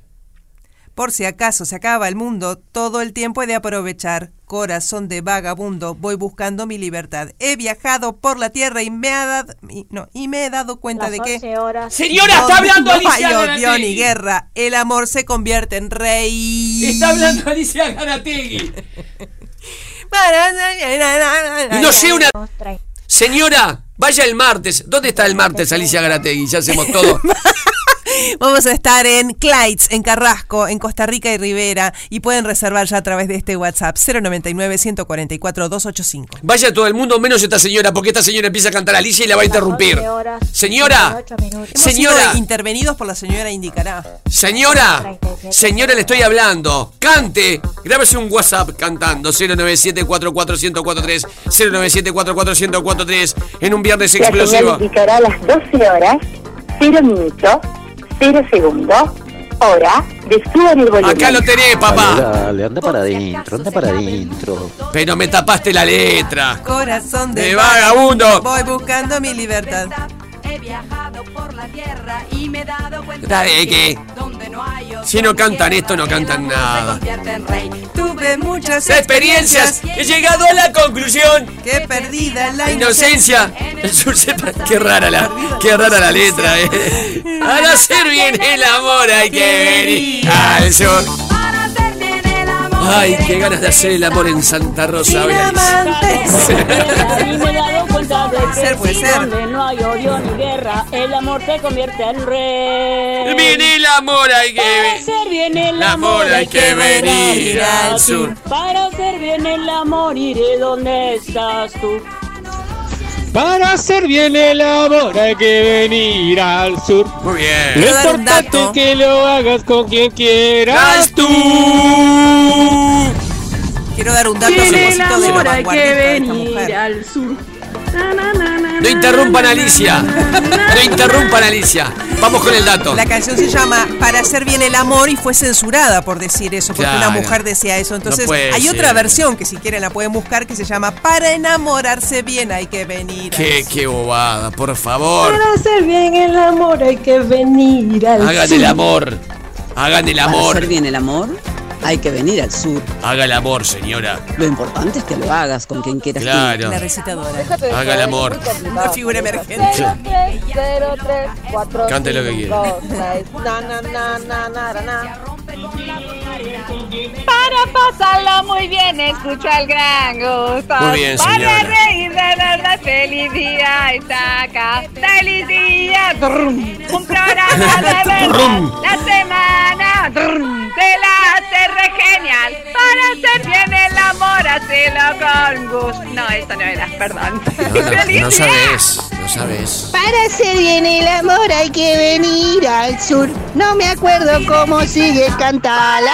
Speaker 6: Por si acaso se acaba el mundo, todo el tiempo he de aprovechar. Corazón de vagabundo, voy buscando mi libertad. He viajado por la tierra y me ha dado, y- no, y me he dado cuenta
Speaker 23: Las
Speaker 6: de que
Speaker 23: 11 horas.
Speaker 7: Señora, está hablando
Speaker 6: no
Speaker 7: Alicia
Speaker 6: hay
Speaker 7: Garategui.
Speaker 6: odio ni guerra. El amor se convierte en rey.
Speaker 7: Está hablando Alicia Garategui.
Speaker 6: Y
Speaker 7: No sé una. Señora, vaya el martes. ¿Dónde está el martes, Alicia Garategui? Ya hacemos todo.
Speaker 6: Vamos a estar en Clydes, en Carrasco, en Costa Rica y Rivera y pueden reservar ya a través de este WhatsApp 099 144 285.
Speaker 7: Vaya todo el mundo menos esta señora, porque esta señora empieza a cantar a Alicia y la va a interrumpir. Señora, señora,
Speaker 6: intervenidos por la señora indicará.
Speaker 7: señora, señora, le estoy hablando. Cante. Grábese un WhatsApp cantando 097 44143 097 44143 en un viernes
Speaker 11: La señal
Speaker 7: explosivo.
Speaker 11: indicará las 12 horas, 0 minutos, 0 segundos, hora de subir el volumen.
Speaker 7: Acá lo tenés,
Speaker 11: Dale,
Speaker 7: papá.
Speaker 11: dale, anda para adentro, anda para adentro.
Speaker 7: Pero me tapaste la letra.
Speaker 6: Corazón de,
Speaker 7: De vagabundo.
Speaker 6: Voy buscando mi libertad.
Speaker 22: He viajado por la tierra y me he dado cuenta
Speaker 7: Está de que
Speaker 22: donde no hay otro
Speaker 7: si no cantan esto, no cantan nada.
Speaker 22: convierte en rey.
Speaker 6: Tuve muchas
Speaker 7: Experiencias, he llegado a la conclusión.
Speaker 6: que perdida la
Speaker 7: La inocencia. El sur sepa- Qué rara la, qué rara la letra, eh. Para hacer bien el amor hay que venir al sur. Ay, qué ganas de hacer el amor en Santa Rosa, hoy, Alicia.
Speaker 11: me he dado cuenta de que
Speaker 6: ser, puede
Speaker 11: si
Speaker 6: ser.
Speaker 11: donde no hay odio ni guerra, el amor se convierte en rey.
Speaker 7: Bien el amor hay que
Speaker 11: Para
Speaker 7: venir.
Speaker 11: hacer bien el
Speaker 7: El
Speaker 11: amor,
Speaker 7: amor hay que venir al sur.
Speaker 11: Para hacer bien el amor iré donde estás tú.
Speaker 21: Para hacer bien el amor hay que venir al sur.
Speaker 7: Muy bien.
Speaker 21: Lo importante es que lo hagas con quien quieras tú.
Speaker 6: Quiero dar un dato a
Speaker 21: Tiene
Speaker 6: propósito
Speaker 21: el
Speaker 6: de lo
Speaker 21: amor, hay
Speaker 6: vanguardista
Speaker 21: que
Speaker 6: de esta mujer.
Speaker 7: No interrumpan a Alicia. No interrumpan a Alicia. Vamos con el dato.
Speaker 6: La canción se llama Para hacer bien el amor y fue censurada por decir eso, porque
Speaker 7: Claro.
Speaker 6: una mujer decía eso. Entonces
Speaker 7: No puede
Speaker 6: hay otra
Speaker 7: ser.
Speaker 6: versión que si quieren la pueden buscar que se llama Para enamorarse bien hay que venir.
Speaker 7: Qué, qué bobada, por favor.
Speaker 4: Para hacer bien el amor hay que venir al
Speaker 7: Hagan
Speaker 4: sur.
Speaker 7: el amor. Hagan el amor.
Speaker 24: bien el amor
Speaker 2: Hay que venir al sur.
Speaker 7: Haga el amor, señora.
Speaker 2: Lo importante es que lo hagas con quien quieras.
Speaker 7: Claro.
Speaker 2: tú.
Speaker 7: La
Speaker 6: recitadora.
Speaker 7: Haga el amor.
Speaker 6: Una figura emergente.
Speaker 7: Cante lo que quiera.
Speaker 25: Para pasarlo muy bien, escucho al gran gusto.
Speaker 7: Muy bien,
Speaker 25: Para
Speaker 7: señora.
Speaker 25: reír de verdad, feliz día está acá. Feliz día. Trum. Un programa de verdad.
Speaker 7: Trum.
Speaker 25: La semana trum, te la hace re genial. Para hacer bien el amor, hacelo con gusto. No, esta no era, perdón.
Speaker 7: No, no, no sabes, no sabes.
Speaker 26: Para hacer bien el amor hay que venir al sur. No me acuerdo cómo sigue, cantala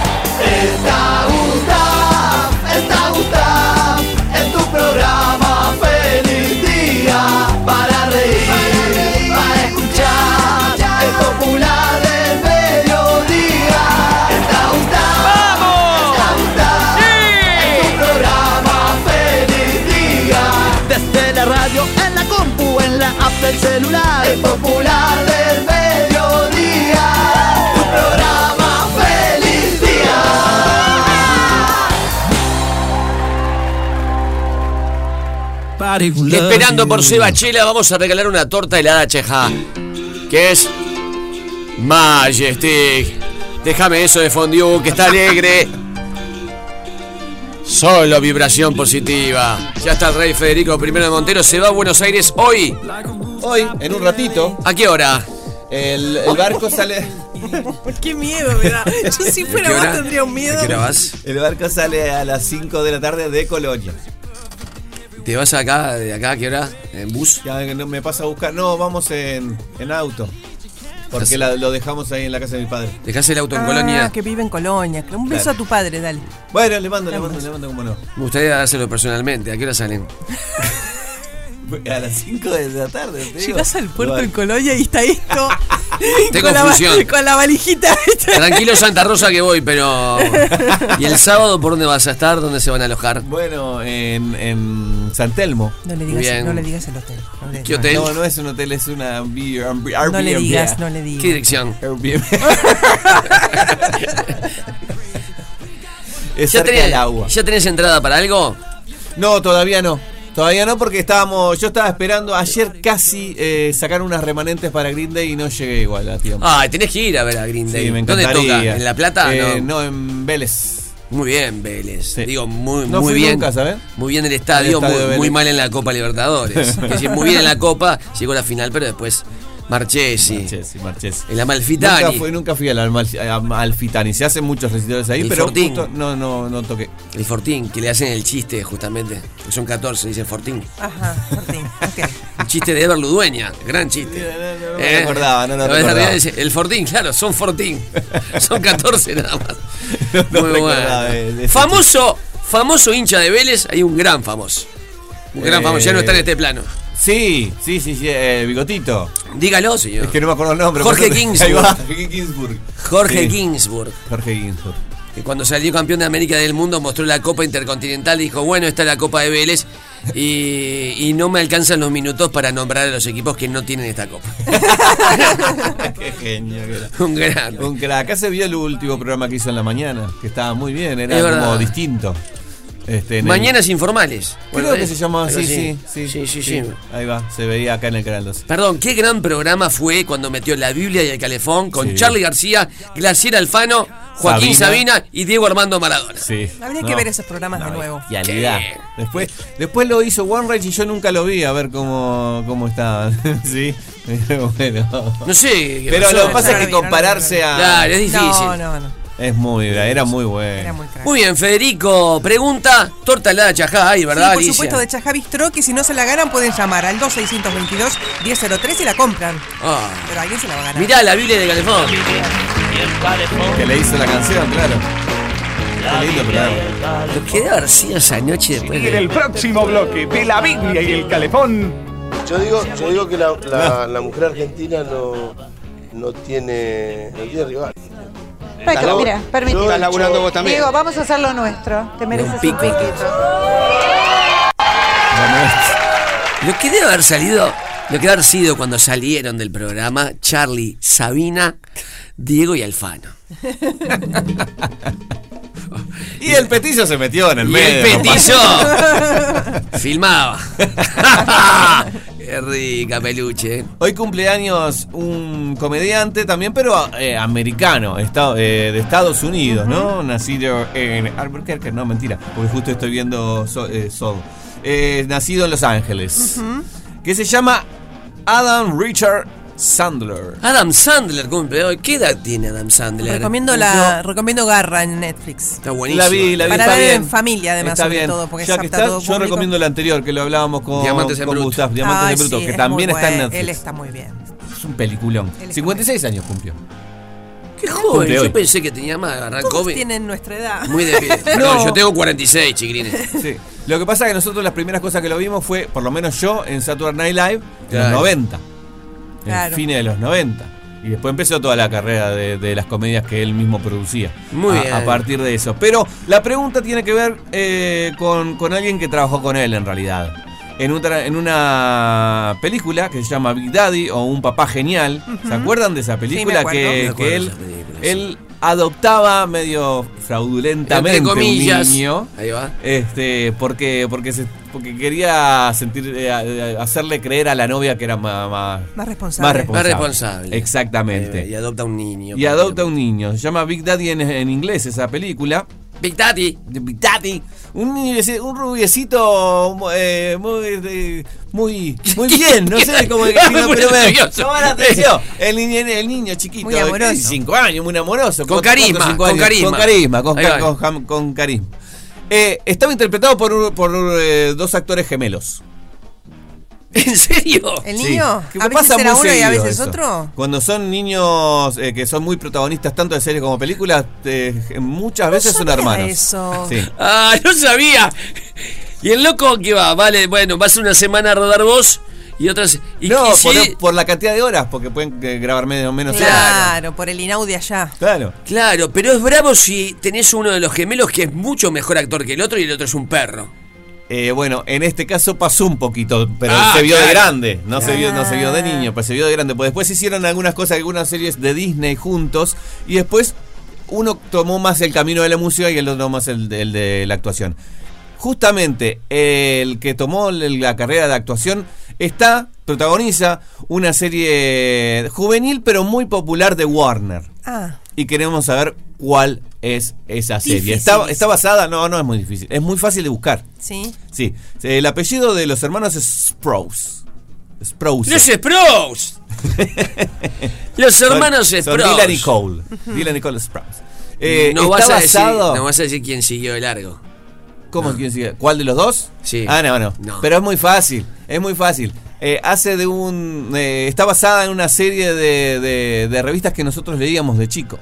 Speaker 4: Está Gustav, está Gustav, en tu programa feliz día para reír, para escuchar, el popular del mediodía. Está Gustav, vamos, está Gustav, en tu programa feliz día. Desde la radio, en la compu, en la app del celular, el popular del mediodía. Tu programa feliz día.
Speaker 7: Esperando por Seba Chela, vamos a regalar una torta helada cheja. Que es Majestic. Déjame eso de fondue, que está alegre. Solo vibración positiva. Ya está el rey Federico I de Montero. Se va a Buenos Aires hoy.
Speaker 8: Hoy, en un ratito.
Speaker 7: ¿A qué hora?
Speaker 8: El, el barco sale.
Speaker 6: Qué miedo me da. Yo si fuera
Speaker 8: ¿A qué
Speaker 6: vos
Speaker 8: hora?
Speaker 6: tendría un miedo.
Speaker 8: El barco sale a las 5 de la tarde de Colonia.
Speaker 7: ¿Te vas acá, de acá a qué hora? ¿En bus?
Speaker 8: Ya no me pasa a buscar. No, vamos en, en auto. Porque
Speaker 7: Estás-
Speaker 8: la- lo dejamos ahí en la casa de mi padre.
Speaker 7: ¿Dejás el auto en
Speaker 18: Ah.
Speaker 7: Colonia?
Speaker 6: Ah, que vive en Colonia. Un beso
Speaker 8: Claro.
Speaker 6: a tu padre, dale.
Speaker 8: Bueno, le mando, le mando, le mando como no.
Speaker 7: Me gustaría hacerlo personalmente. ¿A qué hora salen?
Speaker 8: A las 5 de la tarde. te digo.
Speaker 6: Llegás al puerto
Speaker 8: Lo-
Speaker 6: en Colonia y está esto.
Speaker 7: Tengo
Speaker 6: con, la, va-
Speaker 7: fusión.
Speaker 6: con la valijita.
Speaker 7: Tranquilo Santa Rosa que voy, pero... ¿Y el sábado por dónde vas a estar? ¿Dónde se van a alojar?
Speaker 8: Bueno, en, en San Telmo.
Speaker 6: No le
Speaker 7: digas- Bien. no le
Speaker 6: digas el hotel.
Speaker 7: ¿Qué hotel?
Speaker 8: No, no es un hotel, es una Airbnb.
Speaker 6: No le digas, no le digas.
Speaker 7: ¿Qué dirección?
Speaker 8: Airbnb. Es
Speaker 7: ¿Ya
Speaker 8: cerca
Speaker 7: tenés,
Speaker 8: del agua.
Speaker 7: ¿Ya tenés entrada para algo?
Speaker 8: No, todavía no. Todavía no porque estábamos, yo estaba esperando ayer casi eh, sacar unas remanentes para Green Day y no llegué igual a tiempo.
Speaker 7: Ah, tenés que ir a ver a Green Day.
Speaker 8: Sí, me
Speaker 7: ¿Dónde
Speaker 8: encantaría.
Speaker 7: toca? ¿En La Plata?
Speaker 8: Eh,
Speaker 7: no?
Speaker 8: no, en Vélez.
Speaker 7: Muy bien, Vélez. Digo, muy,
Speaker 8: No
Speaker 7: muy
Speaker 8: fui
Speaker 7: bien.
Speaker 8: nunca, ¿sabés?
Speaker 7: Muy bien el estadio,
Speaker 8: Al estadio de
Speaker 7: muy,
Speaker 8: Vélez.
Speaker 7: muy mal en la Copa Libertadores. Que sí, muy bien en la Copa, llegó a la final, pero después Marchesi. Marchesi,
Speaker 8: Marchesi.
Speaker 7: El Amalfitani.
Speaker 8: Nunca fui, nunca fui al Almal- a Alfitani. Se hacen muchos recitales ahí,
Speaker 7: El
Speaker 8: pero
Speaker 7: Fortín.
Speaker 8: justo no, no, no toqué.
Speaker 7: El Fortín, que le hacen el chiste justamente. Porque son 14, dice Fortín.
Speaker 6: Ajá, Martín.
Speaker 7: El chiste de Ever Ludueña, gran chiste. Eh,
Speaker 8: no me acordaba, no lo
Speaker 7: Pero en
Speaker 8: recordaba.
Speaker 7: realidad dice, El Fortín, claro, son Fortín. Son 14 nada más. Muy
Speaker 8: recordaba, eh,
Speaker 7: bueno.
Speaker 8: de-
Speaker 7: Famoso, famoso hincha de Vélez, hay un gran famoso. Un gran
Speaker 8: Eh,
Speaker 7: famoso, ya no está en este plano.
Speaker 8: Sí, sí, sí, sí, eh, Bigotito.
Speaker 7: Dígalo, señor.
Speaker 8: Es que no me acuerdo el nombre.
Speaker 7: Jorge
Speaker 8: por eso- Ahí
Speaker 7: Ginsburg.
Speaker 8: va, Jorge Ginsburg.
Speaker 7: Jorge
Speaker 8: Sí.
Speaker 7: Ginsburg.
Speaker 8: Jorge Ginsburg.
Speaker 7: que cuando salió campeón de América del Mundo mostró la Copa Intercontinental y dijo, bueno, esta es la Copa de Vélez y, y no me alcanzan los minutos para nombrar a los equipos que no tienen esta Copa.
Speaker 8: Qué genio que era.
Speaker 7: Un gran.
Speaker 8: Un crack. Acá se vio el último programa que hizo en la mañana, que estaba muy bien, era
Speaker 7: Es
Speaker 8: como
Speaker 7: verdad.
Speaker 8: distinto. Este, en el-
Speaker 7: Mañanas informales.
Speaker 8: Creo
Speaker 7: Bueno,
Speaker 8: que
Speaker 7: es-
Speaker 8: se llamaba
Speaker 7: algo
Speaker 8: así,
Speaker 7: así.
Speaker 8: sí, sí,
Speaker 7: Sí, sí, sí.
Speaker 8: Ahí va, se veía acá en el canal 12.
Speaker 7: Perdón, qué gran programa fue cuando metió la Biblia y el calefón con
Speaker 8: Sí.
Speaker 7: Charlie García, Glacier Alfano, Joaquín
Speaker 8: Sabina.
Speaker 7: Sabina. y Diego Armando Maradona.
Speaker 8: Sí.
Speaker 6: Habría
Speaker 8: No.
Speaker 6: que ver esos programas de
Speaker 8: Una
Speaker 6: nuevo.
Speaker 8: bestialidad. Después, después lo hizo One Rage y yo nunca lo vi a ver cómo, cómo estaban. sí, pero bueno.
Speaker 7: No sé.
Speaker 8: Pero lo que pasa es que compararse a.
Speaker 7: Claro, es difícil.
Speaker 8: Es muy, era muy bueno.
Speaker 7: Muy bien, Federico. Pregunta, torta helada chajá, hay,
Speaker 6: Sí,
Speaker 7: ¿verdad,
Speaker 6: por
Speaker 7: Alicia?
Speaker 6: supuesto, de Chajá Bistró, que si no se la ganan pueden llamar al 2622-1003 y la compran.
Speaker 7: Ah.
Speaker 6: Pero alguien se la va a ganar.
Speaker 7: Mirá la Biblia de Calefón.
Speaker 8: Que le hizo la canción, claro. Qué lindo programa.
Speaker 7: Lo que debe haber sido esa noche después
Speaker 5: Y en
Speaker 7: de...
Speaker 5: el próximo bloque de la Biblia y el Calefón.
Speaker 27: Yo digo, yo digo que la, la- la mujer argentina no, no tiene, no tiene rival.
Speaker 28: Permítame,
Speaker 27: Yo-
Speaker 28: mira, permítame.
Speaker 27: yo he hecho-
Speaker 28: Diego, vamos a hacer lo nuestro. Te mereces un
Speaker 7: piquito.
Speaker 28: piquito.
Speaker 7: Lo que debe haber salido, lo que debe haber sido cuando salieron del programa, Charlie, Sabina, Diego y Alfano.
Speaker 8: Y el petizo se metió en el
Speaker 7: Y
Speaker 8: medio.
Speaker 7: el petizo filmaba. Qué rica peluche.
Speaker 8: Hoy cumpleaños un comediante también, pero eh, americano, esta- eh, de Estados Unidos, ¿no? Nacido en Albuquerque, no, mentira, porque justo estoy viendo So- eh, Soul. Eh, nacido en Los Ángeles, que se llama Adam Richard Sandler.
Speaker 7: Adam Sandler cumple hoy. ¿Qué edad tiene Adam Sandler?
Speaker 6: Recomiendo, la, recomiendo Garra en Netflix.
Speaker 7: Está buenísimo.
Speaker 8: La vi, la vi,
Speaker 6: Para
Speaker 8: está
Speaker 6: ver
Speaker 8: bien.
Speaker 6: en familia, además,
Speaker 8: Está
Speaker 6: sobre
Speaker 8: bien.
Speaker 6: todo, porque
Speaker 8: Ya
Speaker 6: es
Speaker 8: que
Speaker 6: apta
Speaker 8: está,
Speaker 6: a todo
Speaker 8: yo
Speaker 6: público.
Speaker 8: recomiendo el anterior que lo hablábamos con,
Speaker 7: Diamantes en
Speaker 8: con
Speaker 7: Bruto.
Speaker 8: Gustav, Diamantes
Speaker 6: Ay,
Speaker 8: en Bruto,
Speaker 6: sí,
Speaker 8: que
Speaker 6: es
Speaker 8: también
Speaker 6: muy
Speaker 8: está en
Speaker 6: bueno,
Speaker 8: Netflix.
Speaker 6: Él está muy bien.
Speaker 8: Es un peliculón. 56 años cumplió.
Speaker 7: Qué
Speaker 8: Cumple
Speaker 7: joven. Yo
Speaker 8: hoy.
Speaker 7: pensé que tenía más. Agarrar
Speaker 6: Todos
Speaker 7: COVID.
Speaker 6: tienen nuestra edad.
Speaker 7: Muy de pie. Perdón,
Speaker 8: No.
Speaker 7: yo tengo 46, chiquilines.
Speaker 8: Sí. Lo que pasa es que nosotros las primeras cosas que lo vimos fue, por lo menos yo, en Saturday Night Live, en
Speaker 7: Claro.
Speaker 8: los 90.
Speaker 7: Claro.
Speaker 8: En fines de los 90. Y después empezó toda la carrera de, de las comedias que él mismo producía.
Speaker 7: Muy
Speaker 8: a,
Speaker 7: bien.
Speaker 8: a partir de eso. Pero la pregunta tiene que ver eh, con, con alguien que trabajó con él en realidad. En, un tra- en una película que se llama Big Daddy o Un Papá Genial. ¿Se acuerdan de esa película
Speaker 7: acuerdo. Me
Speaker 8: que,
Speaker 7: acuerdo
Speaker 8: que
Speaker 7: de
Speaker 8: él,
Speaker 7: esa película,
Speaker 8: él adoptaba medio fraudulentamente
Speaker 7: Entre comillas.
Speaker 8: un niño?
Speaker 7: Ahí va.
Speaker 8: Este, porque, porque, se- porque quería sentir, eh, a- a- hacerle creer a la novia que era ma- ma- más,
Speaker 6: Más responsable.
Speaker 8: responsable.
Speaker 7: Más responsable.
Speaker 8: Exactamente.
Speaker 7: Eh, y adopta un niño.
Speaker 8: Y adopta un niño. Se llama Big Daddy en, en inglés esa película.
Speaker 7: Big Daddy.
Speaker 8: Big Daddy. Un, niño- un rubiecito eh, muy, eh, muy, muy bien. No sé cómo decirlo,
Speaker 7: Me
Speaker 8: pero
Speaker 7: puse
Speaker 8: me
Speaker 7: nervioso.
Speaker 8: llamó la atención. El, niño- el niño chiquito.
Speaker 7: Muy
Speaker 8: de
Speaker 7: amoroso.
Speaker 8: 15 años, muy amoroso.
Speaker 7: Con
Speaker 8: cuatro,
Speaker 7: carisma,
Speaker 8: cuatro, cinco
Speaker 7: con
Speaker 8: años.
Speaker 7: carisma.
Speaker 8: Con carisma, con,
Speaker 7: Ahí
Speaker 8: ca-
Speaker 7: va.
Speaker 8: con jam- con carisma. Eh, estaba interpretado por, un- por eh, dos actores gemelos.
Speaker 7: ¿En serio?
Speaker 6: ¿El niño?
Speaker 8: Que
Speaker 6: ¿A veces
Speaker 8: pasa
Speaker 6: era
Speaker 8: muy
Speaker 6: uno y a
Speaker 8: seguido
Speaker 6: veces
Speaker 8: eso.
Speaker 6: otro?
Speaker 8: Cuando son niños eh, que son muy protagonistas tanto de series como películas, eh, muchas veces son
Speaker 6: sabía
Speaker 8: hermanos.
Speaker 6: eso.
Speaker 8: Sí.
Speaker 7: Ah, no sabía. Y el loco que va, vale, bueno, vas una semana a rodar vos y otras. Y,
Speaker 8: No,
Speaker 7: y si-
Speaker 8: por, por la cantidad de horas, porque pueden eh, grabar menos o menos horas.
Speaker 6: Claro, por el Inaudi allá.
Speaker 8: Claro.
Speaker 7: Claro, pero es bravo si tenés uno de los gemelos que es mucho mejor actor que el otro y el otro es un perro.
Speaker 8: Eh, bueno, en este caso pasó un poquito, pero
Speaker 7: Ah,
Speaker 8: se vio de
Speaker 7: claro.
Speaker 8: grande. No, se vio, no se vio de niño, pero se vio de grande. Pues después hicieron algunas cosas, algunas series de Disney juntos. Y después uno tomó más el camino de la música y el otro más el, de- el de la actuación. Justamente el que tomó el- la carrera de actuación está, protagoniza una serie juvenil pero muy popular de Warner.
Speaker 6: Ah,
Speaker 8: Y queremos saber cuál es esa
Speaker 6: Difícil.
Speaker 8: serie. Está, está basada, no, no es muy difícil, es muy fácil de buscar.
Speaker 6: sí.
Speaker 8: Sí, el apellido de los hermanos es Sprouse. Sprouse.
Speaker 7: ¡Los Sprouse! Los hermanos
Speaker 8: son, son
Speaker 7: Sprouse.
Speaker 8: Dylan y Cole. Dylan y Cole Sprouse. Eh,
Speaker 7: no,
Speaker 8: está
Speaker 7: vas a decir,
Speaker 8: basado.
Speaker 7: no vas a decir quién siguió de largo.
Speaker 8: ¿Cómo quién sigue? ¿Cuál de los dos?
Speaker 7: Sí.
Speaker 8: Ah, no, no.
Speaker 7: No.
Speaker 8: Pero es muy fácil, es muy fácil. Eh, hace de un. eh, está basada en una serie de, de- de revistas que nosotros leíamos de chico.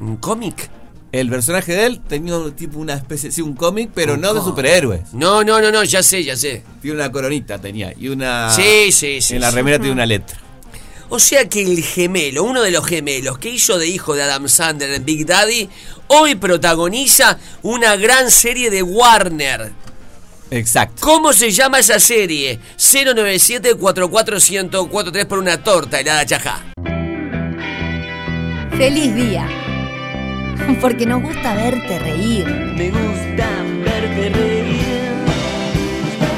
Speaker 7: ¿Un cómic?
Speaker 8: El personaje de él tenía un tipo una especie, sí, un cómic, pero
Speaker 7: Un
Speaker 8: no de
Speaker 7: cómic.
Speaker 8: superhéroes.
Speaker 7: No, no, no, no, ya sé, ya sé.
Speaker 8: Tiene una coronita, tenía. Y una.
Speaker 7: Sí, sí, sí,
Speaker 8: En la
Speaker 7: sí. Mm.
Speaker 8: remera tiene una letra.
Speaker 7: O sea que el gemelo, uno de los gemelos que hizo de hijo de Adam Sandler en Big Daddy, hoy protagoniza una gran serie de Warner.
Speaker 8: Exacto.
Speaker 7: ¿Cómo se llama esa serie? 097 44143 por una torta helada chajá.
Speaker 1: Feliz día. Porque nos gusta verte reír. Me gusta verte reír.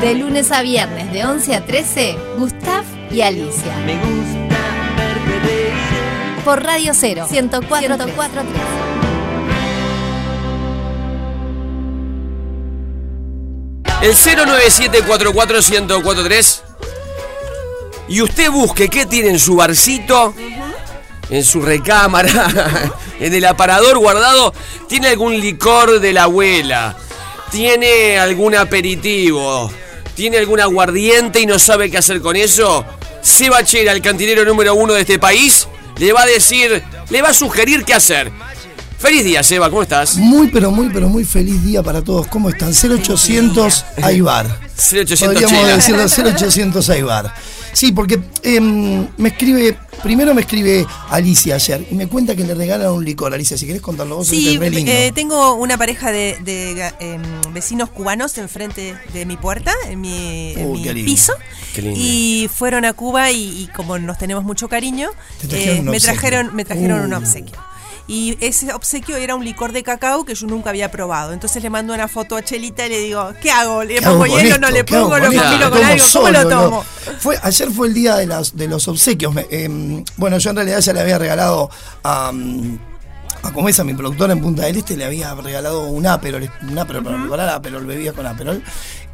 Speaker 1: De lunes a viernes, de 11 a 13, Gustav y Alicia. Me gusta verte reír. Por Radio 0, 104, 104
Speaker 7: El 097 44143 Y usted busque qué tiene en su barcito, en su recámara, en el aparador guardado. Tiene algún licor de la abuela, tiene algún aperitivo, tiene algún aguardiente y no sabe qué hacer con eso. Sebachera, el cantinero número uno de este país, le va a decir, le va a sugerir qué hacer. Feliz día, Seba, ¿cómo estás?
Speaker 13: Muy, pero muy, pero muy feliz día para todos. ¿Cómo están? 0800 Aibar.
Speaker 7: 0800 Chela.
Speaker 13: Podríamos decirlo 0800 Aibar. Sí, porque em, me escribe, primero me escribe Alicia ayer y me cuenta que le regalan un licor. Alicia, si querés contarlo vos,
Speaker 6: Sí,
Speaker 13: es re lindo.
Speaker 6: eh, tengo una pareja de, de, eh, vecinos cubanos enfrente de mi puerta, en mi, en
Speaker 13: Uh,
Speaker 6: Eh, mi
Speaker 13: qué lindo.
Speaker 6: piso.
Speaker 13: Qué lindo.
Speaker 6: Y fueron a Cuba y, y como nos tenemos mucho cariño, eh,
Speaker 13: Te trajeron un
Speaker 6: me
Speaker 13: obsequio.
Speaker 6: trajeron, me trajeron un
Speaker 13: Uh.
Speaker 6: obsequio. Y ese obsequio era un licor de cacao que yo nunca había probado. Entonces le mando una foto a Chelita y le digo, ¿qué hago? ¿Le
Speaker 13: ¿Qué hago
Speaker 6: pongo
Speaker 13: con
Speaker 6: hielo? ¿No
Speaker 13: esto?
Speaker 6: le
Speaker 13: ¿Qué hago
Speaker 6: pongo? ¿Lo
Speaker 13: con esto?
Speaker 6: combino con
Speaker 13: tomo
Speaker 6: algo? ¿Cómo
Speaker 13: solo,
Speaker 6: lo
Speaker 13: no?
Speaker 6: tomo?
Speaker 13: Fue, ayer fue el día de, las, de los obsequios. Me- em, bueno, yo en realidad ya le había regalado a. mm, a Comesa, mi productora en Punta del Este, le había regalado un Aperol, un Aperol para preparar Aperol, bebía con Aperol.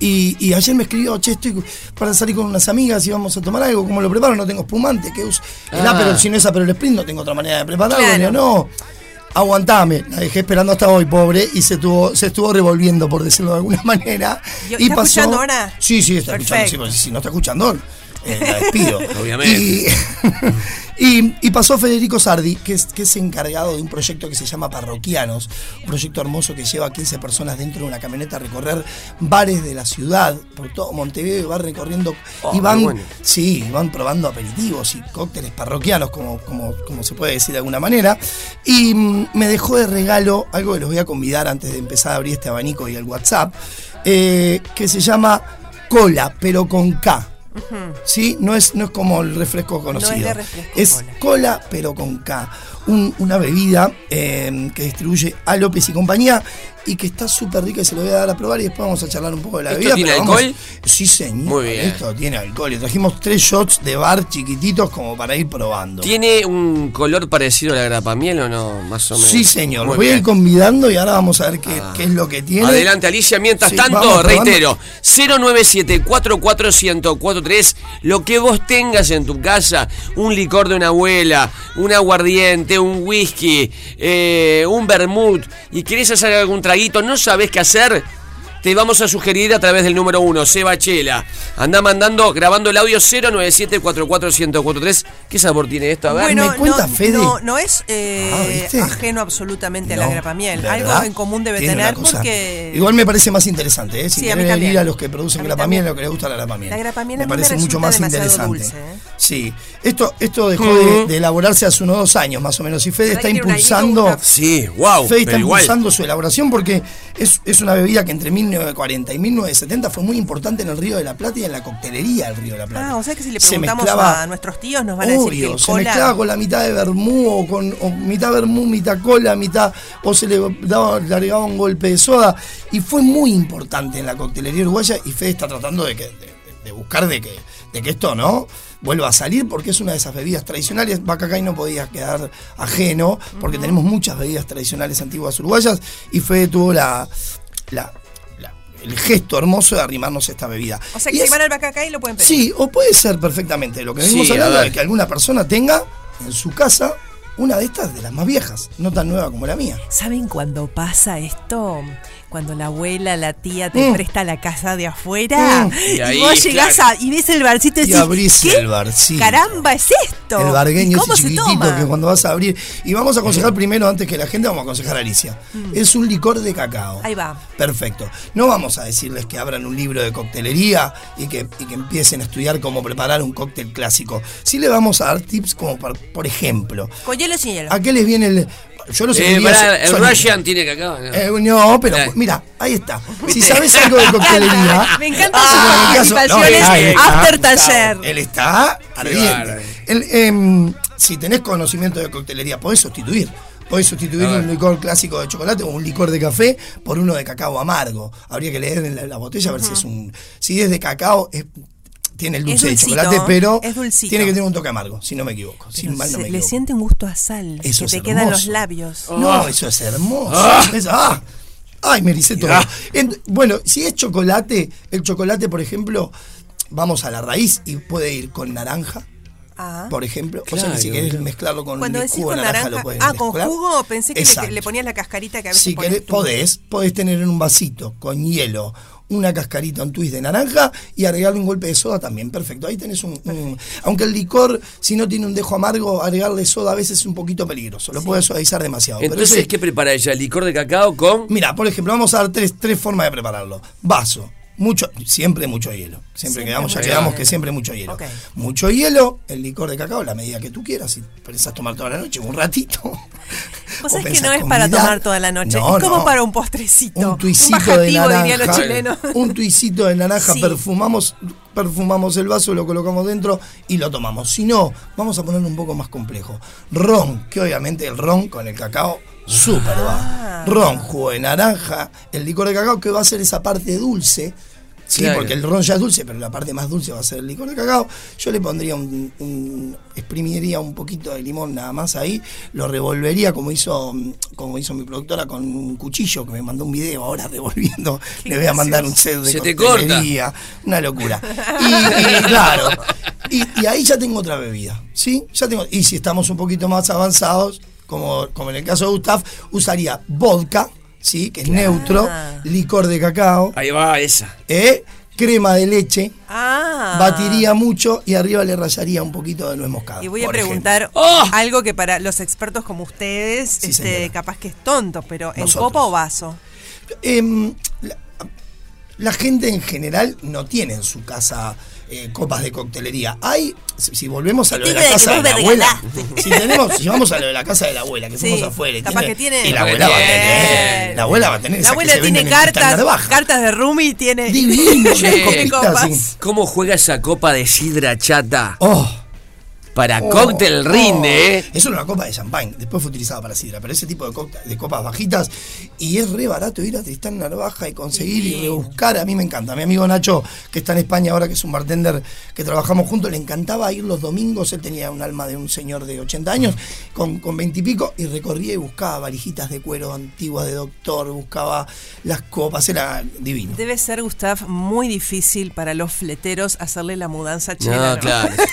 Speaker 13: Y, y ayer me escribió, che, estoy para salir con unas amigas y vamos a tomar algo. ¿Cómo lo preparo? No tengo espumante, que uso el
Speaker 14: Ah.
Speaker 13: Aperol, si no es Aperol Sprint, no tengo otra manera de prepararlo.
Speaker 14: Claro.
Speaker 13: Le digo, no, aguantame. La dejé esperando hasta hoy, pobre, y se estuvo, se estuvo revolviendo, por decirlo de alguna manera.
Speaker 6: Yo-
Speaker 13: y
Speaker 6: ¿está
Speaker 13: pasó-
Speaker 6: escuchando ahora?
Speaker 13: Sí, sí, está escuchando. sí,
Speaker 6: Perfecto.
Speaker 13: porque si no está escuchando, eh, la despido.
Speaker 7: Obviamente.
Speaker 13: Y- y, y pasó Federico Sardi, que es, que es encargado de un proyecto que se llama Parroquianos, un proyecto hermoso que lleva a 15 personas dentro de una camioneta a recorrer bares de la ciudad, por todo Montevideo, y van recorriendo,
Speaker 14: Oh,
Speaker 13: y van,
Speaker 14: qué bueno.
Speaker 13: sí, y van probando aperitivos y cócteles parroquianos, como, como, como se puede decir de alguna manera. Y mm, me dejó de regalo algo que los voy a convidar antes de empezar a abrir este abanico y el WhatsApp, eh, que se llama Cola, pero con K. Ah, ¿sí? No es, no es como el refresco conocido.
Speaker 6: es de refresco
Speaker 13: Es cola. pero con K. Un- una bebida eh, que distribuye a López y compañía y que está súper rica y se lo voy a dar a probar y después vamos a charlar un poco de la
Speaker 7: ¿Esto
Speaker 13: bebida.
Speaker 7: tiene
Speaker 13: pero vamos-
Speaker 7: alcohol?
Speaker 13: Sí, señor.
Speaker 7: Muy bien.
Speaker 13: Esto tiene alcohol. Y trajimos tres shots de bar chiquititos como para ir probando.
Speaker 7: ¿Tiene un color parecido a la grapamiel o no? Más o menos.
Speaker 13: Sí, señor. Los
Speaker 7: Muy
Speaker 13: voy a ir
Speaker 7: bien. Ah.
Speaker 13: convidando y ahora vamos a ver qué, qué es lo que tiene.
Speaker 7: Adelante, Alicia. Mientras
Speaker 13: Sí,
Speaker 7: tanto,
Speaker 13: vamos probando.
Speaker 7: reitero, 097-44143, lo que vos tengas en tu casa, un licor de una abuela, un aguardiente, un whisky, eh, un vermut, y querés hacer algún traguito, no sabés qué hacer, te vamos a sugerir a través del número 1, Seba Chela. Anda mandando, grabando el audio 097-44143. ¿Qué sabor tiene esto? A ver.
Speaker 6: Bueno, no,
Speaker 13: Fede?
Speaker 6: no, no es eh,
Speaker 13: Ah, ¿viste?
Speaker 6: ajeno absolutamente a la
Speaker 13: No,
Speaker 6: grapamiel.
Speaker 13: ¿verdad?
Speaker 6: Algo en común debe
Speaker 13: Tiene una
Speaker 6: tener
Speaker 13: cosa.
Speaker 6: porque
Speaker 13: Igual me parece más interesante, ¿eh? Si
Speaker 6: Sí, a mí
Speaker 13: quieren
Speaker 6: también.
Speaker 13: ir a los que producen
Speaker 6: A mí
Speaker 13: grapamiel,
Speaker 6: también.
Speaker 13: lo que les gusta la grapamiel.
Speaker 6: La grapamiel a
Speaker 13: me
Speaker 6: mí me
Speaker 13: parece mucho
Speaker 6: resulta
Speaker 13: más
Speaker 6: demasiado
Speaker 13: interesante.
Speaker 6: dulce, ¿eh?
Speaker 13: Sí. Esto, esto dejó
Speaker 7: Mm.
Speaker 13: de, de elaborarse hace unos dos años más o menos. Y Fede
Speaker 7: ¿Verdad
Speaker 13: está
Speaker 7: que tiene un aguito,
Speaker 13: impulsando.
Speaker 7: una- Sí, guau,
Speaker 13: Fede está
Speaker 7: pero igual.
Speaker 13: impulsando su elaboración porque es, es una bebida que entre 1940 y 1970 fue muy importante en el Río de la Plata y en la coctelería del Río de la Plata.
Speaker 6: Ah, o sea que si le
Speaker 13: Se
Speaker 6: preguntamos
Speaker 13: mezclaba-
Speaker 6: a nuestros tíos nos van a decir que
Speaker 13: Obvio,
Speaker 6: el
Speaker 13: se
Speaker 6: cola-
Speaker 13: mezclaba con la mitad de vermú o con o mitad vermú, mitad cola, mitad o se le daba, le agregaba un golpe de soda y fue muy importante en la coctelería uruguaya y Fede está tratando de que de, de buscar de que de que esto no vuelva a salir porque es una de esas bebidas tradicionales. Bacacay no podía quedar ajeno porque tenemos muchas bebidas tradicionales antiguas uruguayas y Fede tuvo la, la- la- el gesto hermoso de arrimarnos esta bebida.
Speaker 6: O sea
Speaker 13: Y
Speaker 6: que si
Speaker 13: es-
Speaker 6: van al Bacacá y lo pueden pedir.
Speaker 13: Sí, o puede ser perfectamente. Lo que
Speaker 7: Sí,
Speaker 13: venimos
Speaker 7: a
Speaker 13: hablando
Speaker 7: ver.
Speaker 13: es que alguna persona tenga en su casa una de estas de las más viejas, no tan nueva como la mía.
Speaker 6: ¿Saben cuando pasa esto? Cuando la abuela, la tía te
Speaker 13: Mm.
Speaker 6: presta la casa de afuera
Speaker 13: Mm.
Speaker 6: y,
Speaker 13: Y ahí,
Speaker 6: vos llegás
Speaker 13: claro.
Speaker 6: a, y ves el barcito y
Speaker 13: Y
Speaker 6: decís,
Speaker 13: abrís
Speaker 6: ¿qué
Speaker 13: el barcito.
Speaker 6: caramba es esto?
Speaker 13: El bargueño
Speaker 6: ¿Y
Speaker 13: ese
Speaker 6: ¿Cómo se
Speaker 13: chiquitito
Speaker 6: toma?
Speaker 13: que cuando vas a abrir. Y vamos a aconsejar
Speaker 7: Eh.
Speaker 13: primero, antes que la gente, vamos a aconsejar a Alicia.
Speaker 6: Mm.
Speaker 13: Es un licor de cacao.
Speaker 6: Ahí va.
Speaker 13: Perfecto. No vamos a decirles que abran un libro de coctelería y que, y que empiecen a estudiar cómo preparar un cóctel clásico. Sí le vamos a dar tips como, par- por ejemplo,
Speaker 6: Con hielo sin hielo.
Speaker 13: ¿a qué les viene el. Yo lo sé
Speaker 7: Eh, pará, el Russian tiene cacao. ¿no?
Speaker 13: Eh, no, pero
Speaker 7: Eh.
Speaker 13: mira, ahí está. Si sabes algo de coctelería.
Speaker 6: Me encanta sus
Speaker 13: Ah, en el caso-
Speaker 6: participaciones
Speaker 13: no, ahí está,
Speaker 6: after
Speaker 13: está.
Speaker 6: taller.
Speaker 13: Él está
Speaker 7: bárbaro.
Speaker 13: ardiente. El, em, si tenés conocimiento de coctelería, podés sustituir. Podés sustituir
Speaker 7: A ver.
Speaker 13: un licor clásico de chocolate o un licor de café por uno de cacao amargo. Habría que leer en la, la botella a ver si es un. Si es de cacao, es- tiene el
Speaker 6: Es
Speaker 13: dulce de
Speaker 6: dulcito,
Speaker 13: chocolate, pero
Speaker 6: es dulcito.
Speaker 13: tiene que tener un toque amargo, si no me equivoco. Si
Speaker 6: Pero
Speaker 13: mal no
Speaker 6: se-
Speaker 13: me
Speaker 6: le
Speaker 13: equivoco.
Speaker 6: siente un gusto a sal
Speaker 13: Eso
Speaker 6: que
Speaker 13: es
Speaker 6: te queda en los
Speaker 13: hermoso.
Speaker 6: labios.
Speaker 13: No, eso es hermoso.
Speaker 6: Ah.
Speaker 13: Es- ah. Ay, me ericé todo. En- bueno, si es chocolate, el chocolate, por ejemplo, vamos a la raíz y puede ir con naranja,
Speaker 6: Ah.
Speaker 13: por ejemplo. o sea,
Speaker 6: Claro,
Speaker 13: que si querés
Speaker 6: claro.
Speaker 13: mezclarlo con
Speaker 6: Cuando
Speaker 13: el
Speaker 6: decís
Speaker 13: jugo
Speaker 6: con
Speaker 13: de naranja,
Speaker 6: naranja.
Speaker 13: lo podés
Speaker 6: ah, con
Speaker 13: mezclar.
Speaker 6: jugo pensé que le-
Speaker 13: Exacto.
Speaker 6: que le, ponías la cascarita que a veces
Speaker 13: Si
Speaker 6: pones
Speaker 13: querés,
Speaker 6: tú.
Speaker 13: podés, podés tener en un vasito con hielo una cascarita, un twist de naranja y agregarle un golpe de soda también, perfecto. Ahí tenés un... un- aunque el licor, si no tiene un dejo amargo, agregarle soda a veces es un poquito peligroso, lo puede suavizar demasiado. pero
Speaker 7: Entonces,
Speaker 13: ese-
Speaker 7: ¿qué prepara ella? ¿Licor de cacao con...?
Speaker 13: Mira, por ejemplo, vamos a dar tres, tres formas de prepararlo. Vaso, mucho, siempre mucho hielo. Siempre,
Speaker 5: Siempre
Speaker 13: quedamos, ya
Speaker 5: mucho
Speaker 13: quedamos
Speaker 5: hielo.
Speaker 13: que siempre mucho hielo. Mucho hielo, el licor de cacao, la medida que tú quieras, si pensás tomar toda la noche, un ratito.
Speaker 6: Vos
Speaker 13: o
Speaker 6: sabés
Speaker 13: pensás
Speaker 6: que no Pues es para
Speaker 13: comida.
Speaker 6: tomar toda la noche.
Speaker 13: No,
Speaker 6: es como
Speaker 13: no.
Speaker 6: para un postrecito. Un
Speaker 13: tuicito de
Speaker 6: bajativo,
Speaker 13: naranja.
Speaker 6: dirían los chilenos.
Speaker 13: Un tuicito de naranja,
Speaker 6: Sí.
Speaker 13: perfumamos, perfumamos el vaso, lo colocamos dentro y lo tomamos. Si no, vamos a ponerlo un poco más complejo. Ron, que obviamente el ron con el cacao súper va.
Speaker 6: Ah.
Speaker 13: Ron, jugo de naranja, el licor de cacao que va a ser esa parte dulce. Sí,
Speaker 5: Claro.
Speaker 13: porque el ron ya es dulce, pero la parte más dulce va a ser el licor de cacao. Yo le pondría un, un- exprimiría un poquito de limón nada más ahí, lo revolvería como hizo, mm, como hizo mi productora con un cuchillo que me mandó un video ahora revolviendo.
Speaker 5: Qué
Speaker 13: le voy a mandar un set
Speaker 5: gracioso.
Speaker 13: de
Speaker 5: Se te
Speaker 13: coctelería. Una locura. Y, y claro. Y, y ahí ya tengo otra bebida. ¿Sí? Ya tengo. Y si estamos un poquito más avanzados, como, como en el caso de Gustav, usaría vodka, ¿sí? Que es neutro, licor de cacao.
Speaker 7: Ahí va esa.
Speaker 13: ¿eh? crema de leche,
Speaker 6: Ah.
Speaker 13: batiría mucho y arriba le rayaría un poquito de nuez moscada.
Speaker 6: Y voy a
Speaker 13: por ejemplo. ¡Oh!
Speaker 6: preguntar algo que para los expertos como ustedes, este, capaz que es tonto, pero ¿en
Speaker 13: Nosotros.
Speaker 6: copa o vaso?
Speaker 13: Em, la, la gente en general no tiene en su casa eh, copas de coctelería. Hay, si, si volvemos a lo de
Speaker 6: Dime
Speaker 13: la
Speaker 6: que
Speaker 13: casa
Speaker 6: vos
Speaker 13: de la
Speaker 6: me
Speaker 13: abuela, si, tenemos, si vamos a lo de la casa de la abuela, que fuimos afuera, y
Speaker 6: capaz que tiene-
Speaker 13: y la
Speaker 6: Capaz que
Speaker 13: abuela va a tener, la abuela va a tener
Speaker 6: La
Speaker 13: esas que
Speaker 6: abuela
Speaker 13: se venden
Speaker 6: tiene
Speaker 13: en el stand
Speaker 6: cartas,
Speaker 13: de abajo.
Speaker 6: cartas de Rumi y tiene
Speaker 13: Divino,
Speaker 6: tiene
Speaker 7: Che,
Speaker 6: copas.
Speaker 7: ¿Cómo juega esa copa de sidra chata? Para
Speaker 13: Oh,
Speaker 7: cóctel rinde,
Speaker 13: oh.
Speaker 7: ¿eh?
Speaker 13: Eso era una copa de champagne, después fue utilizada para sidra, pero ese tipo de, cocta- de copas bajitas. Y es re barato ir a Tristán Narvaja y conseguir y rebuscar. A mí me encanta. Mi amigo Nacho, que está en España ahora, que es un bartender que trabajamos juntos, le encantaba ir los domingos. Él tenía un alma de un señor de 80 años, con, con 20 y pico, y recorría y buscaba varijitas de cuero antiguas de doctor, buscaba las copas, era divino.
Speaker 6: Debe ser, Gustav, muy difícil para los fleteros hacerle la mudanza a
Speaker 13: No,
Speaker 6: chilena.
Speaker 13: claro.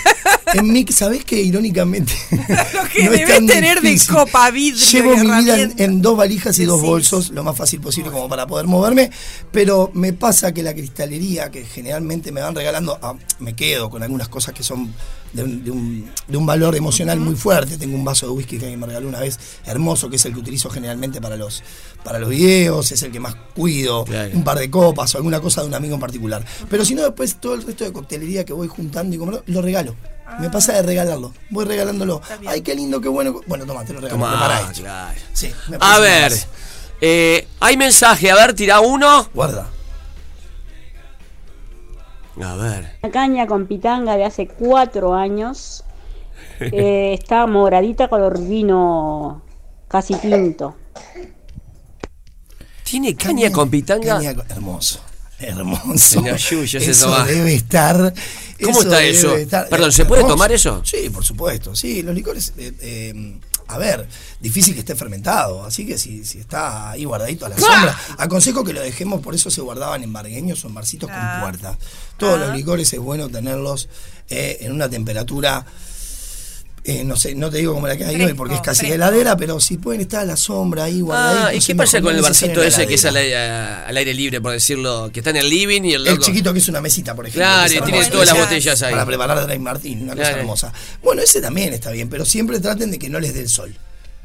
Speaker 13: En mi, ¿sabés qué? Irónicamente. Lo
Speaker 6: que debes tener de copa, vidrio
Speaker 13: Llevo
Speaker 6: y
Speaker 13: mi vida en,
Speaker 6: herramienta.
Speaker 13: en dos valijas y dos
Speaker 6: Decís.
Speaker 13: bolsos, lo más fácil posible como para poder moverme. Pero me pasa que la cristalería que generalmente me van regalando, ah, me quedo con algunas cosas que son de un, de un- de un valor emocional muy fuerte. Tengo un vaso de whisky que alguien me regaló una vez, hermoso, que es el que utilizo generalmente para los, para los videos, es el que más cuido, un par de copas o alguna cosa de un amigo en particular. Pero si no, después todo el resto de coctelería que voy juntando y comprando, lo regalo. Me pasa de regalarlo. Voy regalándolo. Ay, qué lindo, qué bueno. Bueno, tomá, te lo regalo.
Speaker 7: Tomá,
Speaker 13: prepará esto.
Speaker 7: claro.
Speaker 13: Sí, me
Speaker 7: A
Speaker 13: parece
Speaker 7: ver,
Speaker 13: más.
Speaker 7: eh, hay mensaje. A ver, tira uno.
Speaker 13: Guarda.
Speaker 7: A ver.
Speaker 14: La caña con pitanga de hace cuatro años eh, está moradita color vino casi tinto.
Speaker 7: ¿Tiene caña con pitanga?
Speaker 13: hermoso. Hermoso.
Speaker 7: En la yuya se
Speaker 13: eso
Speaker 7: toma.
Speaker 13: debe estar.
Speaker 7: ¿Cómo está
Speaker 13: debe
Speaker 7: eso?
Speaker 13: estar
Speaker 7: Perdón, ¿se puede
Speaker 13: hermoso.
Speaker 7: tomar eso?
Speaker 13: Sí, por supuesto. Sí, los licores. eh, eh, a ver, difícil que esté fermentado, así que si, si está ahí guardadito
Speaker 7: ¡Ah!
Speaker 13: a la sombra, aconsejo que lo dejemos, por eso se guardaban en bargueños o en barcitos
Speaker 7: Ah.
Speaker 13: con puertas. Todos los licores es bueno tenerlos eh, en una temperatura eh, no sé, no te digo como la que hay hoy porque es casi de heladera, pero si pueden estar a la sombra ahí guardaditos.
Speaker 7: Ah, ¿y qué
Speaker 13: es
Speaker 7: pasa con
Speaker 13: mejor, no
Speaker 7: el
Speaker 13: necesitan
Speaker 7: barcito
Speaker 13: en la
Speaker 7: ese que es
Speaker 13: heladera.
Speaker 7: al aire, a- al aire libre, por decirlo, que está en el living y el loco?
Speaker 13: El chiquito que es una mesita, por ejemplo.
Speaker 7: Claro,
Speaker 13: que
Speaker 7: y
Speaker 13: se
Speaker 7: tiene
Speaker 13: arma
Speaker 7: todas las
Speaker 13: mesas
Speaker 7: botellas ahí.
Speaker 13: Para preparar Dry Martín, una cosa
Speaker 7: Claro.
Speaker 13: hermosa. Bueno, ese también está bien, pero siempre traten de que no les dé el sol.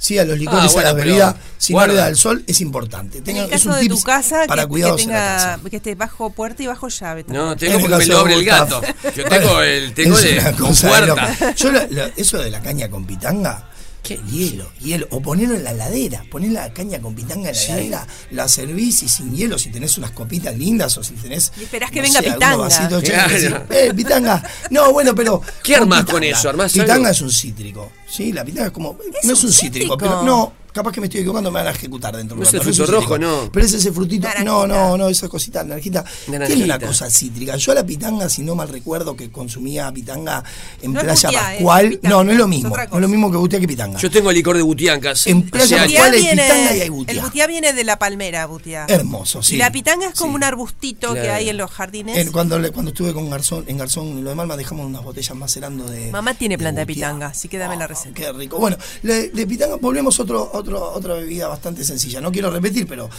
Speaker 13: Sí, a los
Speaker 7: Ah,
Speaker 13: licores,
Speaker 7: bueno,
Speaker 13: a las
Speaker 7: pero
Speaker 13: bebidas, si
Speaker 7: guarda.
Speaker 13: no le da el sol, es importante.
Speaker 6: En
Speaker 13: Tengan,
Speaker 6: el
Speaker 13: es
Speaker 6: caso
Speaker 13: un
Speaker 6: de tu
Speaker 13: tips
Speaker 6: casa,
Speaker 13: para
Speaker 6: que, que,
Speaker 13: cuidados en la casa.
Speaker 6: tenga, que esté bajo puerta y bajo llave.
Speaker 7: No,
Speaker 13: En
Speaker 7: tengo
Speaker 13: el
Speaker 7: porque me
Speaker 13: caso
Speaker 7: lo
Speaker 13: de
Speaker 7: abre el gato.
Speaker 13: Gustavo.
Speaker 7: Yo tengo el tengo
Speaker 13: Es
Speaker 7: de
Speaker 13: una
Speaker 7: con
Speaker 13: cosa de
Speaker 7: puerta.
Speaker 13: loco. Yo lo- lo- eso de la caña con pitanga. ¿Qué? Hielo, hielo. O ponerlo en la ladera. Poner la caña con pitanga en la
Speaker 5: Sí.
Speaker 13: ladera. La servís y sin hielo, si tenés unas copitas lindas o si tenés.
Speaker 6: Y esperás que
Speaker 13: no
Speaker 6: venga
Speaker 13: sé, algunos
Speaker 6: pitanga.
Speaker 13: vasitos chetos,
Speaker 7: Claro.
Speaker 13: decís, eh, pitanga. No, bueno, pero.
Speaker 7: ¿Qué armás con eso? ¿Armás
Speaker 13: Pitanga
Speaker 7: algo?
Speaker 13: es un cítrico. Sí, la pitanga es como. no es un cítrico,
Speaker 5: cítrico?
Speaker 13: eh, pero no. capaz que me estoy equivocando, me van a ejecutar dentro
Speaker 7: No
Speaker 13: de un
Speaker 7: es el
Speaker 13: rato,
Speaker 7: fruto
Speaker 13: soy
Speaker 7: rojo,
Speaker 13: psicólogo.
Speaker 7: no.
Speaker 13: Pero es ese frutito. No,
Speaker 7: Naranjita.
Speaker 13: no, no, esa cosita naranjita. Tiene
Speaker 7: Naranjita.
Speaker 13: una cosa cítrica. Yo a la pitanga, si no mal recuerdo, que consumía pitanga en
Speaker 7: No es
Speaker 13: Playa
Speaker 7: gutiá,
Speaker 13: Pascual.
Speaker 7: eh, pitanga,
Speaker 13: no, no es lo
Speaker 7: es
Speaker 13: mismo.
Speaker 7: otra
Speaker 13: No es lo mismo que gutiá que pitanga.
Speaker 7: Yo tengo licor de butiancas. En
Speaker 13: Playa Pascual hay pitanga y hay
Speaker 6: el
Speaker 13: gutiá.
Speaker 6: butiá viene de la palmera, butiá.
Speaker 13: Hermoso, sí.
Speaker 6: Y la pitanga es como un arbustito que
Speaker 13: Claro.
Speaker 6: hay en los jardines.
Speaker 13: En- cuando, le- cuando estuve con Garzón, en Garzón y lo demás, dejamos unas botellas macerando de.
Speaker 6: Mamá tiene planta de pitanga, así que dame la receta.
Speaker 13: Oh, Qué rico. Bueno, le- de pitanga volvemos otro, otro, otra bebida bastante sencilla. No quiero repetir, pero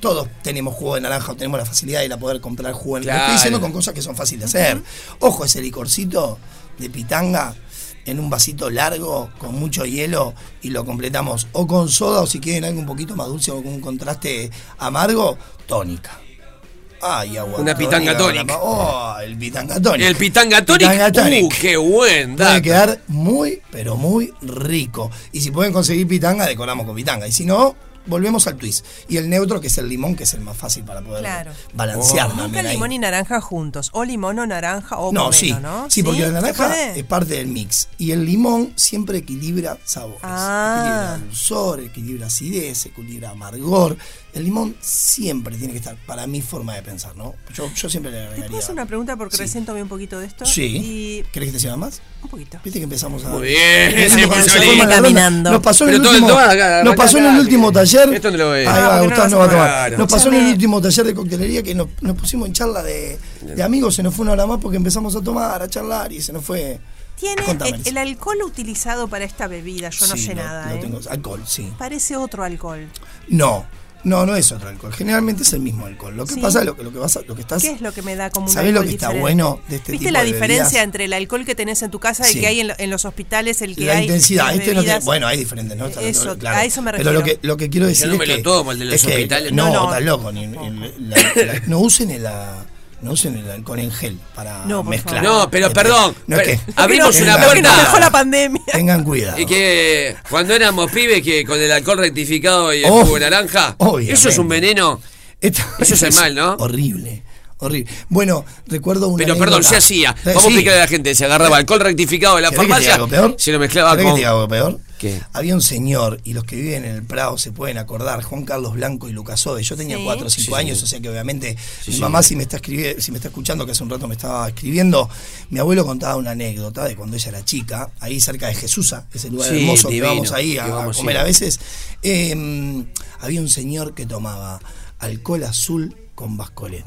Speaker 13: todos tenemos jugo de naranja, o tenemos la facilidad de ir a poder comprar jugo. en Lo
Speaker 7: Claro.
Speaker 13: estoy diciendo con cosas que son fáciles de hacer. Ojo, ese licorcito de pitanga en un vasito largo con mucho hielo y lo completamos o con soda o si quieren algo un poquito más dulce o con un contraste amargo, tónica. Ay, agua.
Speaker 7: Una pitanga
Speaker 13: tónica.
Speaker 7: tonic.
Speaker 13: Oh, el pitanga tonic.
Speaker 7: El pitanga tonic.
Speaker 13: Pitanga tonic.
Speaker 7: Uh, qué buen
Speaker 13: Puede
Speaker 7: dato.
Speaker 13: quedar muy, pero muy rico. Y si pueden conseguir pitanga, decoramos con pitanga. Y si no, volvemos al twist. Y el neutro, que es el limón, que es el más fácil para poder
Speaker 6: Claro.
Speaker 7: Oh.
Speaker 13: balancear
Speaker 6: Nunca
Speaker 13: también ahí.
Speaker 6: limón y naranja juntos. O limón o naranja o
Speaker 13: No,
Speaker 6: pomelo,
Speaker 13: sí.
Speaker 6: ¿no?
Speaker 13: Sí, porque
Speaker 6: ¿Se
Speaker 13: la naranja
Speaker 6: puede?
Speaker 13: es parte del mix. Y el limón siempre equilibra sabores.
Speaker 6: Ah.
Speaker 13: Equilibra dulzor, equilibra acidez, equilibra amargor. El limón siempre tiene que estar, para mi forma de pensar, ¿no? Yo, yo siempre le
Speaker 6: ¿Te puedo
Speaker 13: agregaría.
Speaker 6: hacer una pregunta porque
Speaker 13: Sí.
Speaker 6: recién tomé un poquito de esto?
Speaker 13: Sí.
Speaker 6: Y
Speaker 13: ¿Querés que te sirva más?
Speaker 6: un poquito.
Speaker 13: Viste que empezamos a.
Speaker 7: Muy bien,
Speaker 13: Empezamos
Speaker 7: se
Speaker 13: cuando
Speaker 7: puso
Speaker 13: se forma
Speaker 7: lindo.
Speaker 13: la ronda.
Speaker 7: Caminando.
Speaker 13: Nos pasó en el
Speaker 7: Pero todo-
Speaker 13: último,
Speaker 7: todo acá,
Speaker 13: nos pasó en el
Speaker 7: arrancá,
Speaker 13: último taller.
Speaker 7: Esto no lo veo.
Speaker 13: Ahí
Speaker 7: Ah,
Speaker 13: va,
Speaker 7: porque no
Speaker 13: Gustavo
Speaker 7: lo
Speaker 13: no va a tomar.
Speaker 7: claro.
Speaker 13: Nos pasó en el
Speaker 7: Escúchame.
Speaker 13: último taller de coctelería que nos, nos pusimos en charla de, de amigos. Se nos fue una hora más porque empezamos a tomar, a charlar y se nos fue.
Speaker 6: ¿Tiene
Speaker 13: Contame,
Speaker 6: el,
Speaker 13: Alicia.
Speaker 6: el alcohol utilizado para esta bebida? Yo no
Speaker 13: Sí,
Speaker 6: sé
Speaker 13: lo-
Speaker 6: nada.
Speaker 13: lo
Speaker 6: ¿eh?
Speaker 13: tengo. ah. Alcohol, sí.
Speaker 6: Parece otro alcohol.
Speaker 13: No, no, no es otro alcohol. Generalmente es el mismo alcohol. Lo que
Speaker 6: Sí.
Speaker 13: pasa, lo, que- lo que vas a- lo que estás.
Speaker 6: ¿Qué es lo que me da como un
Speaker 13: ¿Sabés lo
Speaker 6: alcohol
Speaker 13: que está
Speaker 6: diferente?
Speaker 13: bueno de este
Speaker 6: ¿Viste
Speaker 13: tipo
Speaker 6: la
Speaker 13: de
Speaker 6: diferencia
Speaker 13: bebidas?
Speaker 6: entre el alcohol que tenés en tu casa y
Speaker 13: Sí.
Speaker 6: que hay en, lo- en los hospitales, el que
Speaker 13: la
Speaker 6: hay. en
Speaker 13: intensidad,
Speaker 6: las
Speaker 13: este no tiene,
Speaker 6: bebidas?
Speaker 13: bueno, hay diferentes, ¿no? Está
Speaker 6: Eso,
Speaker 13: claro.
Speaker 6: a eso me
Speaker 13: Pero lo
Speaker 6: refiero.
Speaker 13: que, lo que quiero
Speaker 7: Yo
Speaker 13: decir
Speaker 7: no
Speaker 13: es
Speaker 7: me lo
Speaker 13: que-
Speaker 7: tomo, el de los
Speaker 13: es que-
Speaker 7: hospitales,
Speaker 13: No,
Speaker 7: no.
Speaker 13: está loco. ni- ni- la- la- no usen el, ah, no usen el alcohol en gel para
Speaker 7: No, por
Speaker 13: mezclar.
Speaker 7: favor. No, pero perdón,
Speaker 13: No es
Speaker 7: pero
Speaker 13: que-
Speaker 7: abrimos
Speaker 13: tengan-
Speaker 7: una Lo que nos puerta. dejó la
Speaker 6: pandemia.
Speaker 13: Tengan cuidado.
Speaker 7: Y que cuando éramos pibes, que con el alcohol rectificado y el
Speaker 13: Oh,
Speaker 7: jugo de naranja, eso es un veneno. eso es el mal, ¿no?
Speaker 13: Horrible, horrible. Bueno, recuerdo una
Speaker 7: Pero perdón, se
Speaker 13: anécdota. Eh,
Speaker 7: hacía.
Speaker 13: Sí.
Speaker 7: Vamos a explicarle a la gente. Se agarraba alcohol rectificado de la
Speaker 13: ¿Querés que te
Speaker 7: farmacia,
Speaker 13: diga algo peor?
Speaker 7: se lo mezclaba
Speaker 13: ¿Querés que
Speaker 7: con...
Speaker 13: te diga algo peor?
Speaker 7: ¿Qué?
Speaker 13: Había un señor, y los que viven en el Prado se pueden acordar, Juan Carlos Blanco y Lucas Ode. Yo tenía
Speaker 7: Sí.
Speaker 13: 4 o 5
Speaker 7: Sí, sí.
Speaker 13: años, o sea que obviamente
Speaker 7: Sí,
Speaker 13: mi
Speaker 7: sí.
Speaker 13: mamá, si me, está escribi- si me está escuchando, que hace un rato me estaba escribiendo, mi abuelo contaba una anécdota de cuando ella era chica, ahí cerca de Jesusa, ese lugar
Speaker 7: Sí,
Speaker 13: hermoso
Speaker 7: divino,
Speaker 13: que vamos ahí a,
Speaker 7: que vamos,
Speaker 13: a comer
Speaker 7: sí.
Speaker 13: a veces. Eh, había un señor que tomaba alcohol azul con bascolet.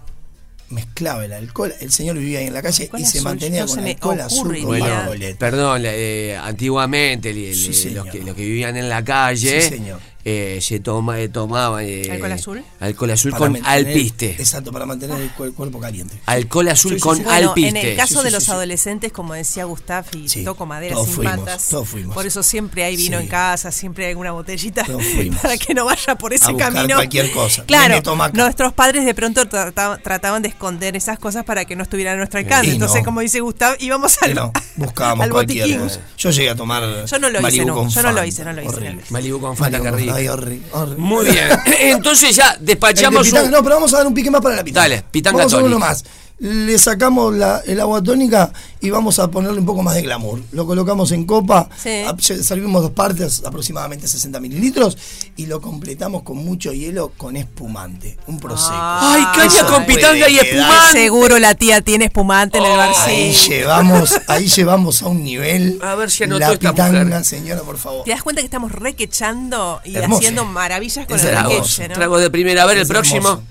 Speaker 13: Mezclaba el alcohol, el señor vivía ahí en la calle
Speaker 6: Alcohol
Speaker 13: y se
Speaker 6: azul,
Speaker 13: mantenía
Speaker 6: no
Speaker 13: con
Speaker 6: se me
Speaker 13: alcohol azul
Speaker 6: ocurre,
Speaker 13: con
Speaker 7: Bueno,
Speaker 13: bascolet.
Speaker 7: perdón, la- eh, antiguamente el- el- los, que, los que vivían en la calle
Speaker 13: Sí, señor.
Speaker 7: eh, se toma, eh, tomaban eh,
Speaker 13: ¿Alcohol azul?
Speaker 7: alcohol azul
Speaker 13: Para
Speaker 7: con
Speaker 13: mantener-
Speaker 7: alpiste.
Speaker 13: Exacto, para mantener el, cuer- cuerpo caliente.
Speaker 7: Alcohol azul
Speaker 13: Sí, sí,
Speaker 7: con
Speaker 13: sí.
Speaker 6: Bueno,
Speaker 7: alpiste.
Speaker 6: en el caso de los
Speaker 13: sí.
Speaker 6: adolescentes, como decía Gustav, y toco madera
Speaker 7: todos
Speaker 6: sin
Speaker 7: fuimos,
Speaker 6: patas.
Speaker 7: todos fuimos.
Speaker 6: Por eso siempre hay vino
Speaker 7: Sí.
Speaker 6: en casa, siempre hay alguna botellita
Speaker 13: Todos fuimos.
Speaker 6: para que no vaya por ese
Speaker 13: A buscar
Speaker 6: camino.
Speaker 13: cualquier cosa.
Speaker 6: Claro,
Speaker 13: Nene, toma acá.
Speaker 6: nuestros padres de pronto trata- trataban de esconder esas cosas para que no estuvieran a nuestro alcance.
Speaker 13: Y
Speaker 6: Entonces,
Speaker 13: no.
Speaker 6: como dice Gustav, íbamos al,
Speaker 13: No, buscábamos
Speaker 6: al
Speaker 13: cualquier
Speaker 6: botiquín.
Speaker 13: cosa. Yo llegué a tomar.
Speaker 6: Yo no lo hice,
Speaker 13: Malibu
Speaker 6: no.
Speaker 13: con
Speaker 6: Yo no lo
Speaker 13: Fanta.
Speaker 6: hice, no lo hice, no lo
Speaker 13: Horrible.
Speaker 7: Malibu con
Speaker 13: Fanta,
Speaker 7: Fanta, qué rico.
Speaker 13: Ay, horrible, horrible.
Speaker 7: Muy bien. Entonces ya despachamos
Speaker 13: El de pitanga-
Speaker 7: un-
Speaker 13: No, pero vamos a dar un pique más para la pitanga.
Speaker 7: Dale, pitanga
Speaker 13: Vamos a hacer
Speaker 7: tónica.
Speaker 13: uno más. Le sacamos la- el agua tónica y vamos a ponerle un poco más de glamour. Lo colocamos en copa, a- se- servimos dos partes, aproximadamente 60 mililitros, y lo completamos con mucho hielo con espumante. Un prosecco.
Speaker 7: Ay, caña
Speaker 13: Eso
Speaker 7: con
Speaker 13: puede
Speaker 7: pitanga y
Speaker 13: quedar-
Speaker 7: espumante.
Speaker 6: Ah, Seguro la tía tiene espumante en el
Speaker 13: Ahí
Speaker 6: barcillo.
Speaker 13: llevamos, ahí llevamos a un nivel.
Speaker 6: A ver si anotó
Speaker 13: la
Speaker 6: esta
Speaker 13: pitanga,
Speaker 6: mujer.
Speaker 13: señora, por favor.
Speaker 6: ¿Te das cuenta que estamos requechando y
Speaker 13: Hermoso.
Speaker 6: haciendo maravillas con
Speaker 13: Es
Speaker 6: el
Speaker 13: hermoso.
Speaker 6: requeche, ¿no?
Speaker 7: Trago de primera. A ver el
Speaker 13: Es
Speaker 7: próximo.
Speaker 13: hermoso.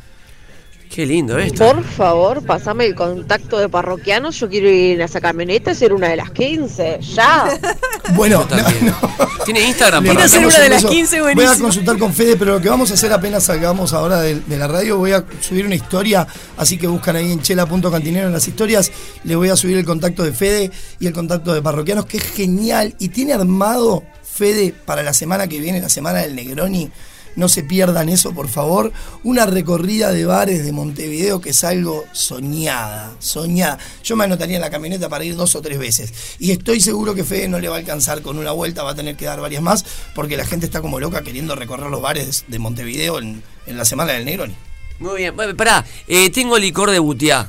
Speaker 7: Qué lindo esto.
Speaker 15: Por favor, pasame el contacto de parroquianos. Yo quiero ir a esa camioneta y ser una de las 15. ¡Ya!
Speaker 13: Bueno,
Speaker 7: Tiene Instagram.
Speaker 13: Le
Speaker 7: para
Speaker 13: mandamos
Speaker 7: arrancar.
Speaker 13: un beso. Voy a consultar con Fede, pero lo que vamos a hacer apenas salgamos ahora de, de la radio, voy a subir una historia, así que buscan ahí en chela.cantinero en las historias, le voy a subir el contacto de Fede y el contacto de Parroquianos, que es genial, y tiene armado Fede para la semana que viene, la semana del Negroni. No se pierdan eso, por favor. Una recorrida de bares de Montevideo que es algo soñada, soñada. Yo me anotaría en la camioneta para ir dos o tres veces. Y estoy seguro que Fede no le va a alcanzar con una vuelta, va a tener que dar varias más, porque la gente está como loca queriendo recorrer los bares de Montevideo en, en la Semana del Negroni.
Speaker 7: Muy bien. Bueno, Pará, eh, tengo licor de butiá.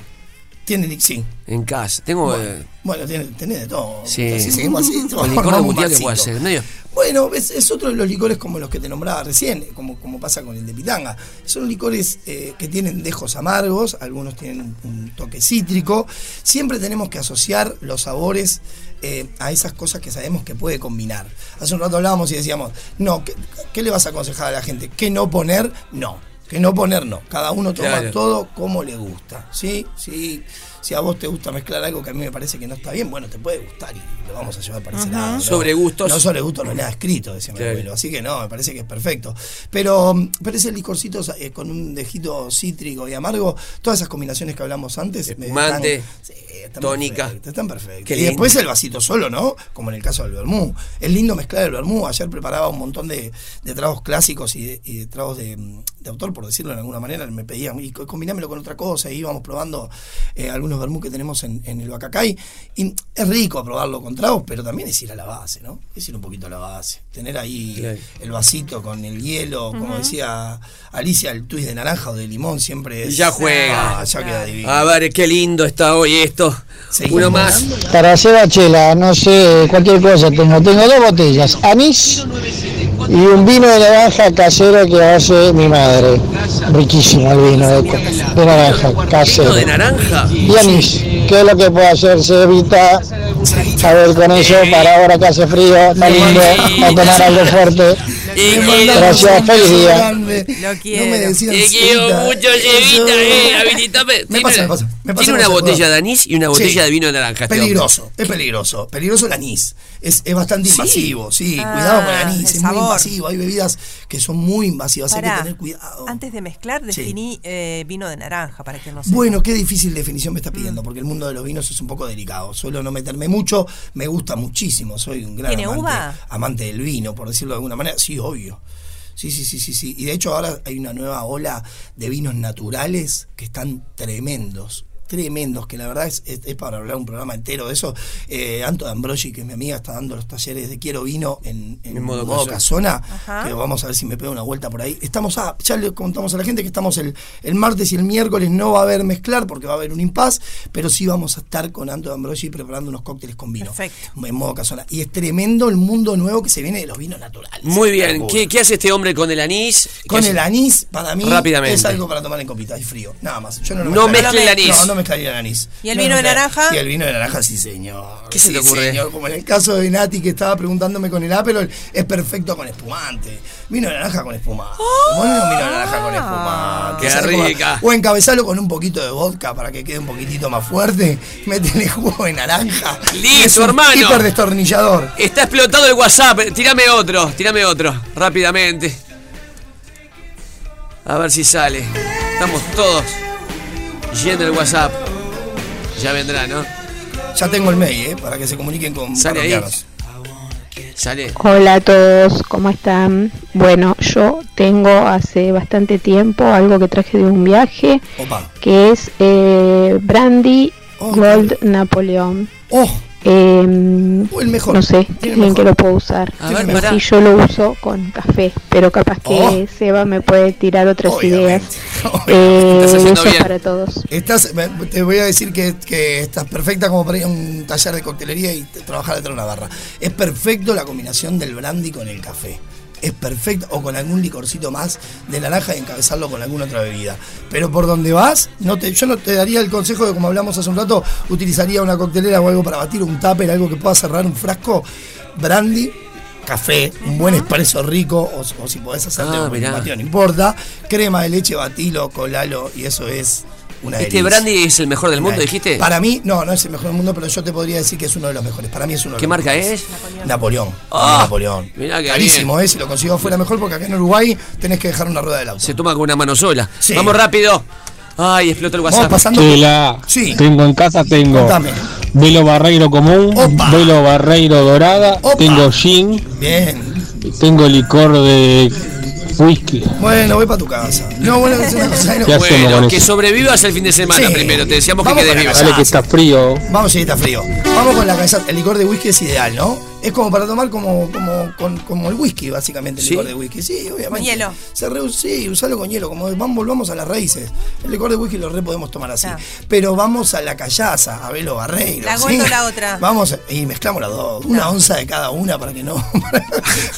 Speaker 13: Tiene, sí.
Speaker 7: En casa. Tengo... eh,
Speaker 13: Bueno, tiene, tenés de todo.
Speaker 7: Sí,
Speaker 13: Si seguimos así,
Speaker 7: Con
Speaker 13: formamos
Speaker 7: licor de
Speaker 13: un
Speaker 7: butiá que
Speaker 13: barcito.
Speaker 7: puedo hacer. Medio-
Speaker 13: Bueno, es, es otro de los licores como los que te nombraba recién, como, como pasa con el de Pitanga. Son licores eh, que tienen dejos amargos, algunos tienen un toque cítrico. Siempre tenemos que asociar los sabores eh, a esas cosas que sabemos que puede combinar. Hace un rato hablábamos y decíamos, no, ¿qué, qué le vas a aconsejar a la gente? ¿Qué no poner? No. Que no poner no. Cada uno toma
Speaker 7: Claro.
Speaker 13: todo como le gusta. ¿Sí? Sí. Si a vos te gusta mezclar algo que a mí me parece que no está bien, bueno, te puede gustar y lo vamos a llevar para ese
Speaker 7: Ajá.
Speaker 13: lado. ¿no?
Speaker 7: Sobre gustos.
Speaker 13: No sobre gustos no es nada escrito, decía mi
Speaker 7: Claro.
Speaker 13: abuelo. Así que no, me parece que es perfecto. Pero, mm, pero ese licorcito eh, con un dejito cítrico y amargo, todas esas combinaciones que hablamos antes. eh, están-
Speaker 7: Mante,
Speaker 13: están
Speaker 7: tónica.
Speaker 13: perfectas, están perfectas.
Speaker 7: Qué
Speaker 13: y después
Speaker 7: lindo.
Speaker 13: el vasito solo, ¿no? Como en el caso del vermú. Es lindo mezclar el vermú. Ayer preparaba un montón de, de tragos clásicos y de, y de tragos de, mm, de autor, por decirlo de alguna manera. Me pedían, y co- combinámelo con otra cosa. Y íbamos probando eh, algunos vermú que tenemos en, en el Bacacay. Y es rico probarlo con tragos, pero también es ir a la base, ¿no? Es ir un poquito a la base. Tener ahí el vasito con el hielo, como
Speaker 7: Ujú.
Speaker 13: decía Alicia, el twist de naranja o de limón siempre es.
Speaker 7: Y ya juega.
Speaker 13: Ah, ya queda divino.
Speaker 7: A ver, qué lindo está hoy esto. Uno más.
Speaker 10: Para hacer la chela, no sé, cualquier cosa tengo. Tengo dos botellas, anís y un vino de naranja casero que hace mi madre. Riquísimo el vino de, de naranja casero.
Speaker 7: ¿Vino de naranja?
Speaker 10: Y anís, ¿qué es lo que puedo hacer, Cevita? A ver, con eso, para ahora que hace frío, está lindo, a tomar algo fuerte. Gracias, feliz día.
Speaker 13: No me decían
Speaker 7: Te quiero
Speaker 13: Cevita,
Speaker 7: mucho,
Speaker 13: eso.
Speaker 7: Cevita, eh, habilitame. Tiene-
Speaker 13: Me pasa, me pasa. me
Speaker 7: tiene
Speaker 13: pasa con
Speaker 7: una
Speaker 13: esa
Speaker 7: botella
Speaker 13: cosa.
Speaker 7: de anís y una botella
Speaker 13: Sí.
Speaker 7: de vino de naranja. este hombre.
Speaker 13: Peligroso, es peligroso. Peligroso el anís. Es, es bastante
Speaker 7: Sí.
Speaker 13: invasivo, sí.
Speaker 7: Ah,
Speaker 13: cuidado con el anís,
Speaker 7: el
Speaker 13: es
Speaker 7: sabor.
Speaker 13: muy invasivo. Hay bebidas que son muy invasivas, hay
Speaker 6: Pará.
Speaker 13: que tener cuidado.
Speaker 6: Antes de mezclar, definí eh, vino de naranja para que no Mm. se.
Speaker 13: Bueno, qué difícil definición me está pidiendo, porque el mundo de los vinos es un poco delicado. Suelo no meterme mucho, me gusta muchísimo, soy un gran
Speaker 6: ¿Tiene
Speaker 13: amante,
Speaker 6: uva?
Speaker 13: amante del vino, por decirlo de alguna manera. Sí, obvio. Sí, sí, sí, sí, sí. Y de hecho ahora hay una nueva ola de vinos naturales que están tremendos. Tremendos, que la verdad es, es- es para hablar un programa entero de eso. Eh, Anto D'Ambrosi, que es mi amiga, está dando los talleres de Quiero Vino en, en
Speaker 7: En modo
Speaker 13: modo,
Speaker 7: casona.
Speaker 13: casona.
Speaker 7: Ajá.
Speaker 13: que vamos a ver si me pego una vuelta por ahí. Estamos a, ya le contamos a la gente que estamos el, el martes y el miércoles no va a haber mezclar porque va a haber un impas, pero sí vamos a estar con Anto D'Ambrosi preparando unos cócteles con vino. Perfecto. En modo casona. Y es tremendo el mundo nuevo que se viene de los vinos naturales.
Speaker 7: Muy bien. ¿Qué, qué hace este hombre con el anís? ¿Qué
Speaker 13: Con
Speaker 7: hace?
Speaker 13: el anís, para mí,
Speaker 7: Rápidamente.
Speaker 13: es algo para tomar en copita y frío. Nada más. Yo no lo
Speaker 7: No
Speaker 13: mezclaría.
Speaker 7: mezcle el anís.
Speaker 13: No, no mezclaría el anís.
Speaker 6: ¿Y el
Speaker 13: No
Speaker 6: vino de
Speaker 13: mezclaría.
Speaker 6: naranja?
Speaker 13: Y el vino de naranja, sí, señor.
Speaker 7: ¿Qué se
Speaker 13: Sí,
Speaker 7: te ocurre?
Speaker 13: señor. Como en el caso de Nati, que estaba preguntándome con el Aperol, es perfecto con espumante. Vino de naranja con espumante. Ponle un vino de naranja con espumante.
Speaker 7: Qué
Speaker 13: ¿Sabes cómo?
Speaker 7: rica.
Speaker 13: O encabezalo con un poquito de vodka para que quede un poquitito más fuerte. Métele jugo de naranja.
Speaker 7: Listo,
Speaker 13: Es un
Speaker 7: hermano.
Speaker 13: Hiper destornillador.
Speaker 7: Está explotado el WhatsApp. Tírame otro, tírame otro, rápidamente. A ver si sale. Estamos todos yendo el WhatsApp. Ya vendrá, ¿no?
Speaker 13: Ya tengo el mail, ¿eh? Para que se comuniquen con
Speaker 7: Sale ahí.
Speaker 13: parroquianos.
Speaker 7: Sale.
Speaker 16: Hola a todos, ¿cómo están? Bueno, yo tengo hace bastante tiempo algo que traje de un viaje, que es eh, Brandy
Speaker 13: Oh.
Speaker 16: Gold Napoleón. Em,
Speaker 13: Oh, el mejor.
Speaker 16: No sé
Speaker 13: El
Speaker 16: bien
Speaker 13: mejor.
Speaker 16: que lo puedo usar.
Speaker 13: A ver,
Speaker 16: En
Speaker 13: pará.
Speaker 16: sí yo lo uso con café, pero capaz que
Speaker 13: Oh.
Speaker 16: Seba me puede tirar otras ideas. Eh,
Speaker 13: Estás haciendo
Speaker 16: besos
Speaker 13: bien.
Speaker 16: para todos.
Speaker 13: Estás, me- te voy a decir que, que estás perfecta como para ir a un taller de coctelería y te- trabajar detrás de una barra. Es perfecto la combinación del brandy con el café. Es perfecto, o con algún licorcito más de naranja y encabezarlo con alguna otra bebida. Pero por donde vas, no te, yo no te daría el consejo de, como hablamos hace un rato, utilizaría una coctelera o algo para batir un tupper, algo que pueda cerrar un frasco. Brandy, café, un buen espresso rico, o, o si podés hacerte
Speaker 7: Ah,
Speaker 13: un
Speaker 7: mirá.
Speaker 13: batido, no importa. Crema de leche, batilo, colalo, y eso es una
Speaker 7: ¿Este
Speaker 13: delicia.
Speaker 7: brandy es el mejor del
Speaker 13: Una
Speaker 7: mundo,
Speaker 13: delicia.
Speaker 7: dijiste?
Speaker 13: Para mí, no, no es el mejor del mundo, pero yo te podría decir que es uno de los mejores. Para mí es uno de
Speaker 7: ¿Qué
Speaker 13: los
Speaker 7: marca
Speaker 13: mejores.
Speaker 7: es?
Speaker 13: Napoleón.
Speaker 7: Ah,
Speaker 13: Napoleón.
Speaker 7: mirá qué
Speaker 13: Carísimo,
Speaker 7: bien.
Speaker 13: eh, si lo consigo fuera mejor, porque acá en Uruguay tenés que dejar una rueda del auto.
Speaker 7: Se toma con una mano sola.
Speaker 13: Sí.
Speaker 7: Vamos rápido. Ay, explotó el WhatsApp.
Speaker 10: Chela, tengo en casa, tengo velo barreiro común, velo barreiro dorada, tengo gin,
Speaker 13: Bien.
Speaker 10: tengo licor de whisky.
Speaker 13: Bueno, voy para tu casa. No, bueno, es una cosa.
Speaker 10: ¿Qué hacemos con
Speaker 7: Bueno, que
Speaker 10: eso?
Speaker 7: sobrevivas el fin de semana
Speaker 13: Sí.
Speaker 7: primero. Te decíamos
Speaker 13: Vamos
Speaker 7: que
Speaker 13: para
Speaker 7: quedes vivo.
Speaker 10: Dale que está frío.
Speaker 13: Vamos, si está frío. Vamos con la cabeza. El licor de whisky es ideal, ¿no? Es como para tomar como, como, con- como el whisky, básicamente, el
Speaker 7: ¿Sí?
Speaker 13: licor de whisky. Sí, obviamente.
Speaker 6: Con hielo.
Speaker 13: Se re- sí, usalo con hielo, como vamos, volvamos a las raíces. El licor de whisky lo re podemos tomar así. Pero vamos a la callaza, a verlo barreiro.
Speaker 6: La
Speaker 13: ¿sí?
Speaker 6: gorda o la otra.
Speaker 13: Vamos y mezclamos las dos. Una onza de cada una para que no, para,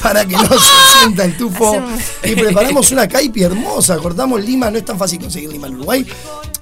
Speaker 13: para que no se sienta el tufo. Y preparamos una caipi hermosa, cortamos lima, no es tan fácil conseguir lima en Uruguay.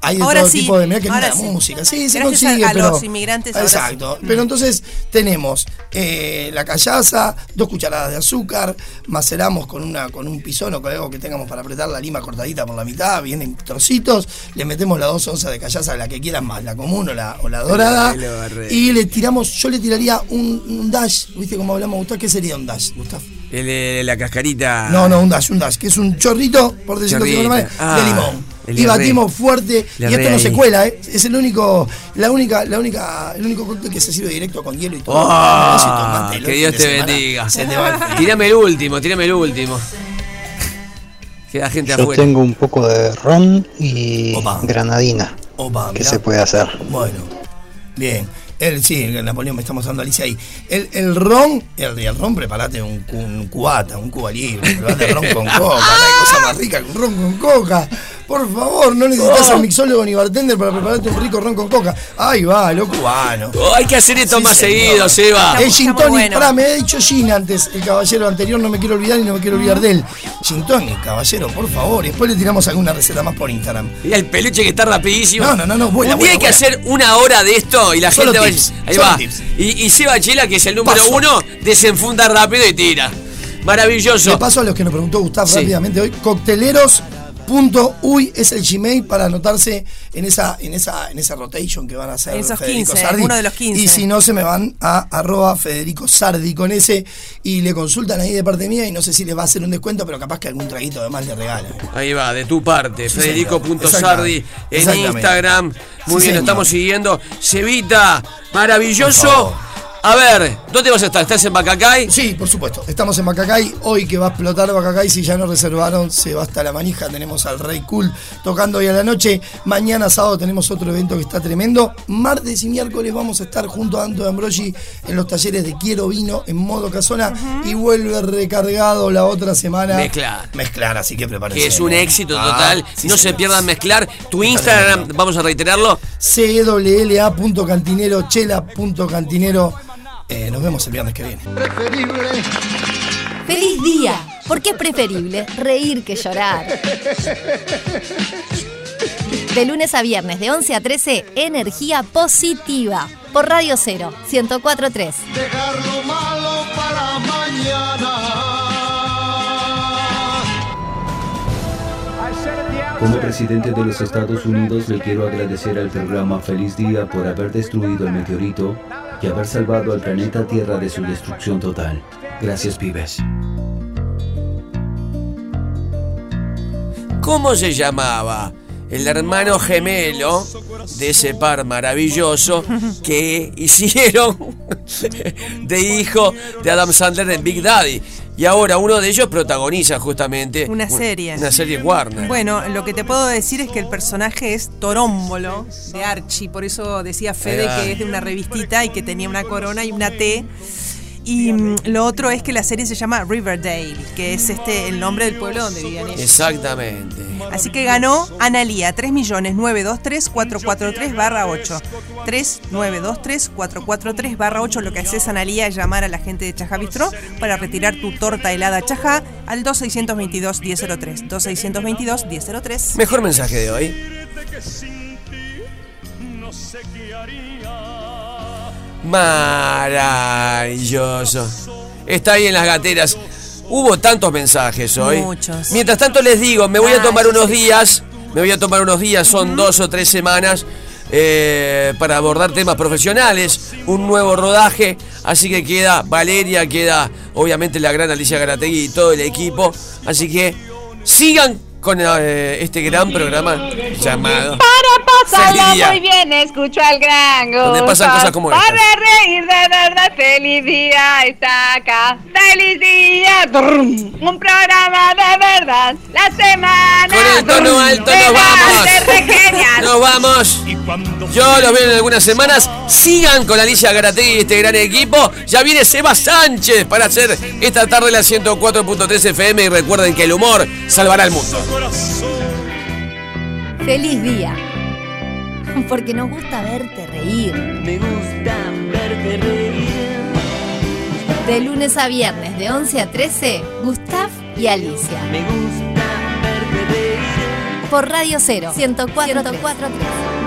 Speaker 13: Hay de
Speaker 6: Ahora
Speaker 13: todo
Speaker 6: sí,
Speaker 13: tipo de mirá que
Speaker 6: ahora
Speaker 13: linda
Speaker 6: sí.
Speaker 13: música. Sí, se
Speaker 6: Gracias a-
Speaker 13: consigue.
Speaker 6: a
Speaker 13: pero-
Speaker 6: los inmigrantes, ahora sí. Mm.
Speaker 13: Exacto. Pero entonces tenemos eh, la callaza, dos cucharadas de azúcar, maceramos con, una, con un pisón o con algo que tengamos para apretar la lima cortadita por la mitad, vienen trocitos, le metemos las dos onzas de callaza, la que quieran más, la común o la, o la dorada,
Speaker 20: Lo agarré.
Speaker 13: y le tiramos, yo le tiraría un, un dash, ¿viste cómo hablamos, Gustavo? ¿Qué sería un dash, Gustavo?
Speaker 20: El, eh, la cascarita.
Speaker 13: No, no, un dash, un dash, que es un chorrito, por decirlo de alguna manera,
Speaker 20: Chorrito.
Speaker 13: de
Speaker 20: Ah,
Speaker 13: limón.
Speaker 20: el
Speaker 13: y
Speaker 20: arre.
Speaker 13: batimos fuerte
Speaker 20: Le
Speaker 13: y esto
Speaker 20: arre
Speaker 13: no se
Speaker 20: ahí.
Speaker 13: cuela, ¿eh? es el único, la única, la única, el único cóctel que se sirve directo con hielo y todo. Así
Speaker 7: Ah,
Speaker 13: tomate,
Speaker 7: que
Speaker 13: el
Speaker 7: Dios
Speaker 13: fin
Speaker 7: te
Speaker 13: de semana
Speaker 7: bendiga.
Speaker 13: se te va el frío.
Speaker 7: Tírame el último, tírame el último. Queda gente
Speaker 10: Yo
Speaker 7: afuera.
Speaker 10: tengo un poco de ron y granadina
Speaker 13: Opa,
Speaker 10: que
Speaker 13: mirá.
Speaker 10: se puede hacer.
Speaker 13: Bueno, bien. El, sí, el Napoleón me está mostrando a Alicia ahí. El, el ron, el, el ron, preparate un, cu- un cubata, un cuba libre, preparate ron con coca, no hay cosa más rica que un ron con coca. Por favor, no necesitas
Speaker 20: Oh.
Speaker 13: a mixólogo ni bartender para prepararte un rico ron con coca. Ahí va, lo cubano.
Speaker 7: Oh, hay que hacer esto más seguido, Seba.
Speaker 13: El gin
Speaker 7: Está muy
Speaker 13: tonic,
Speaker 7: bueno.
Speaker 13: pará, me ha dicho gin antes, el caballero anterior, no me quiero olvidar y no me quiero olvidar de él. Gin tonic, caballero, por favor. Y Después le tiramos alguna receta más por Instagram.
Speaker 7: Mira el peluche que está rapidísimo.
Speaker 13: No, no, no, no, buena,
Speaker 7: Un día
Speaker 13: buena,
Speaker 7: hay que
Speaker 13: buena.
Speaker 7: hacer una hora de esto y la
Speaker 13: Solo
Speaker 7: gente va.
Speaker 13: tips,
Speaker 7: ahí
Speaker 13: solo
Speaker 7: va.
Speaker 13: tips.
Speaker 7: Y, y Seba Chela, que es el número
Speaker 13: Paso.
Speaker 7: uno, desenfunda rápido y tira. Maravilloso.
Speaker 13: Le paso a los que nos preguntó Gustavo
Speaker 7: Sí.
Speaker 13: rápidamente hoy. Cocteleros.uy es el Gmail para anotarse en esa, en esa, en esa rotation que van a hacer
Speaker 6: En esos
Speaker 13: Federico
Speaker 6: 15,
Speaker 13: Sardi.
Speaker 6: uno de los 15.
Speaker 13: Y si no, se me van a arroba Federico Sardi con ese y le consultan ahí de parte mía y no sé si les va a hacer un descuento, pero capaz que algún traguito de más le regalan.
Speaker 7: Ahí va, de tu parte,
Speaker 13: Sí,
Speaker 7: Federico.sardi
Speaker 13: señor. Exactamente.
Speaker 7: en
Speaker 13: Exactamente.
Speaker 7: Instagram. Muy
Speaker 13: Sí,
Speaker 7: bien, lo
Speaker 13: señor.
Speaker 7: estamos siguiendo. Cevita, maravilloso. A ver, ¿dónde vas a estar? ¿Estás en Bacacay?
Speaker 13: Sí, por supuesto. Estamos en Bacacay, hoy que va a explotar Bacacay, si ya no reservaron, se va hasta la manija, tenemos al Rey Cool tocando hoy a la noche, mañana sábado tenemos otro evento que está tremendo, martes y miércoles vamos a estar junto a Anto Ambrogi en los talleres de Quiero Vino en modo casona y vuelve recargado la otra semana.
Speaker 7: Mezclar.
Speaker 13: Mezclar, así que prepárense.
Speaker 7: Que es un
Speaker 13: ¿no?
Speaker 7: éxito
Speaker 13: Ah,
Speaker 7: total.
Speaker 13: sí,
Speaker 7: no se
Speaker 13: señor.
Speaker 7: pierdan mezclar. Tu Instagram, vamos a reiterarlo.
Speaker 13: CWLA.cantinero, chela.cantinero. Eh, nos vemos el viernes que viene.
Speaker 1: ¡Feliz día! Porque es preferible reír que llorar. De lunes a viernes, de 11 a 13, energía positiva. Por Radio Cero, 1043.
Speaker 17: Dejar lo malo para mañana.
Speaker 18: Como presidente de los Estados Unidos le quiero agradecer al programa Feliz Día por haber destruido el meteorito y haber salvado al planeta Tierra de su destrucción total. Gracias, pibes.
Speaker 7: ¿Cómo se llamaba? El hermano gemelo de ese par maravilloso que hicieron de hijo de Adam Sandler en Big Daddy. Y ahora uno de ellos protagoniza justamente
Speaker 6: Una
Speaker 7: un-
Speaker 6: serie.
Speaker 7: Una serie Warner.
Speaker 6: Bueno, lo que te puedo decir es que el personaje es Torómbolo de Archie, por eso decía
Speaker 7: Ahí
Speaker 6: Fede
Speaker 7: va.
Speaker 6: que es de una revistita y que tenía una corona y una T. Y mm, lo otro es que la serie se llama Riverdale, que es este el nombre del pueblo donde vivían ellos.
Speaker 7: Exactamente.
Speaker 6: Así que ganó Analía 3.923.443-8. 3.923.443-8. Lo que haces, Analía, es llamar a la gente de Chajá Bistró para retirar tu torta helada Chajá al 2622-1003. 2622-1003.
Speaker 7: Mejor mensaje de hoy. Maravilloso. Está ahí en las gateras. Hubo tantos mensajes hoy.
Speaker 6: Muchos.
Speaker 7: Mientras tanto les digo, me voy
Speaker 6: Ah,
Speaker 7: a tomar
Speaker 6: sí,
Speaker 7: unos
Speaker 6: sí.
Speaker 7: días. Me voy a tomar unos días, son dos o tres semanas. eh, para abordar temas profesionales, un nuevo rodaje, así que queda Valeria, queda obviamente la gran Alicia Garategui y todo el equipo, así que sigan con eh, este gran programa llamado
Speaker 26: Para, para.
Speaker 25: Pasarla
Speaker 7: día.
Speaker 25: muy bien, escucho al gran
Speaker 7: Donde
Speaker 25: Gustavo.
Speaker 7: pasan cosas como
Speaker 25: Para
Speaker 7: estas.
Speaker 25: reír de verdad, feliz día está acá. ¡Feliz día! Brum. Un programa de verdad. La semana.
Speaker 7: Con el tono
Speaker 25: brum,
Speaker 7: alto
Speaker 25: de
Speaker 7: nos vamos.
Speaker 25: Gante Regenial.
Speaker 7: Nos vamos. Yo los veo en algunas semanas. Sigan con Alicia Garatí y este gran equipo. Ya viene Seba Sánchez para hacer esta tarde la 104.3 FM. Y recuerden que el humor salvará al mundo.
Speaker 1: Feliz día. Porque nos gusta verte reír. Me gusta verte reír. De lunes a viernes, de 11 a 13, Gustav y Alicia. Me gusta verte reír. Por Radio Cero, 104. 104.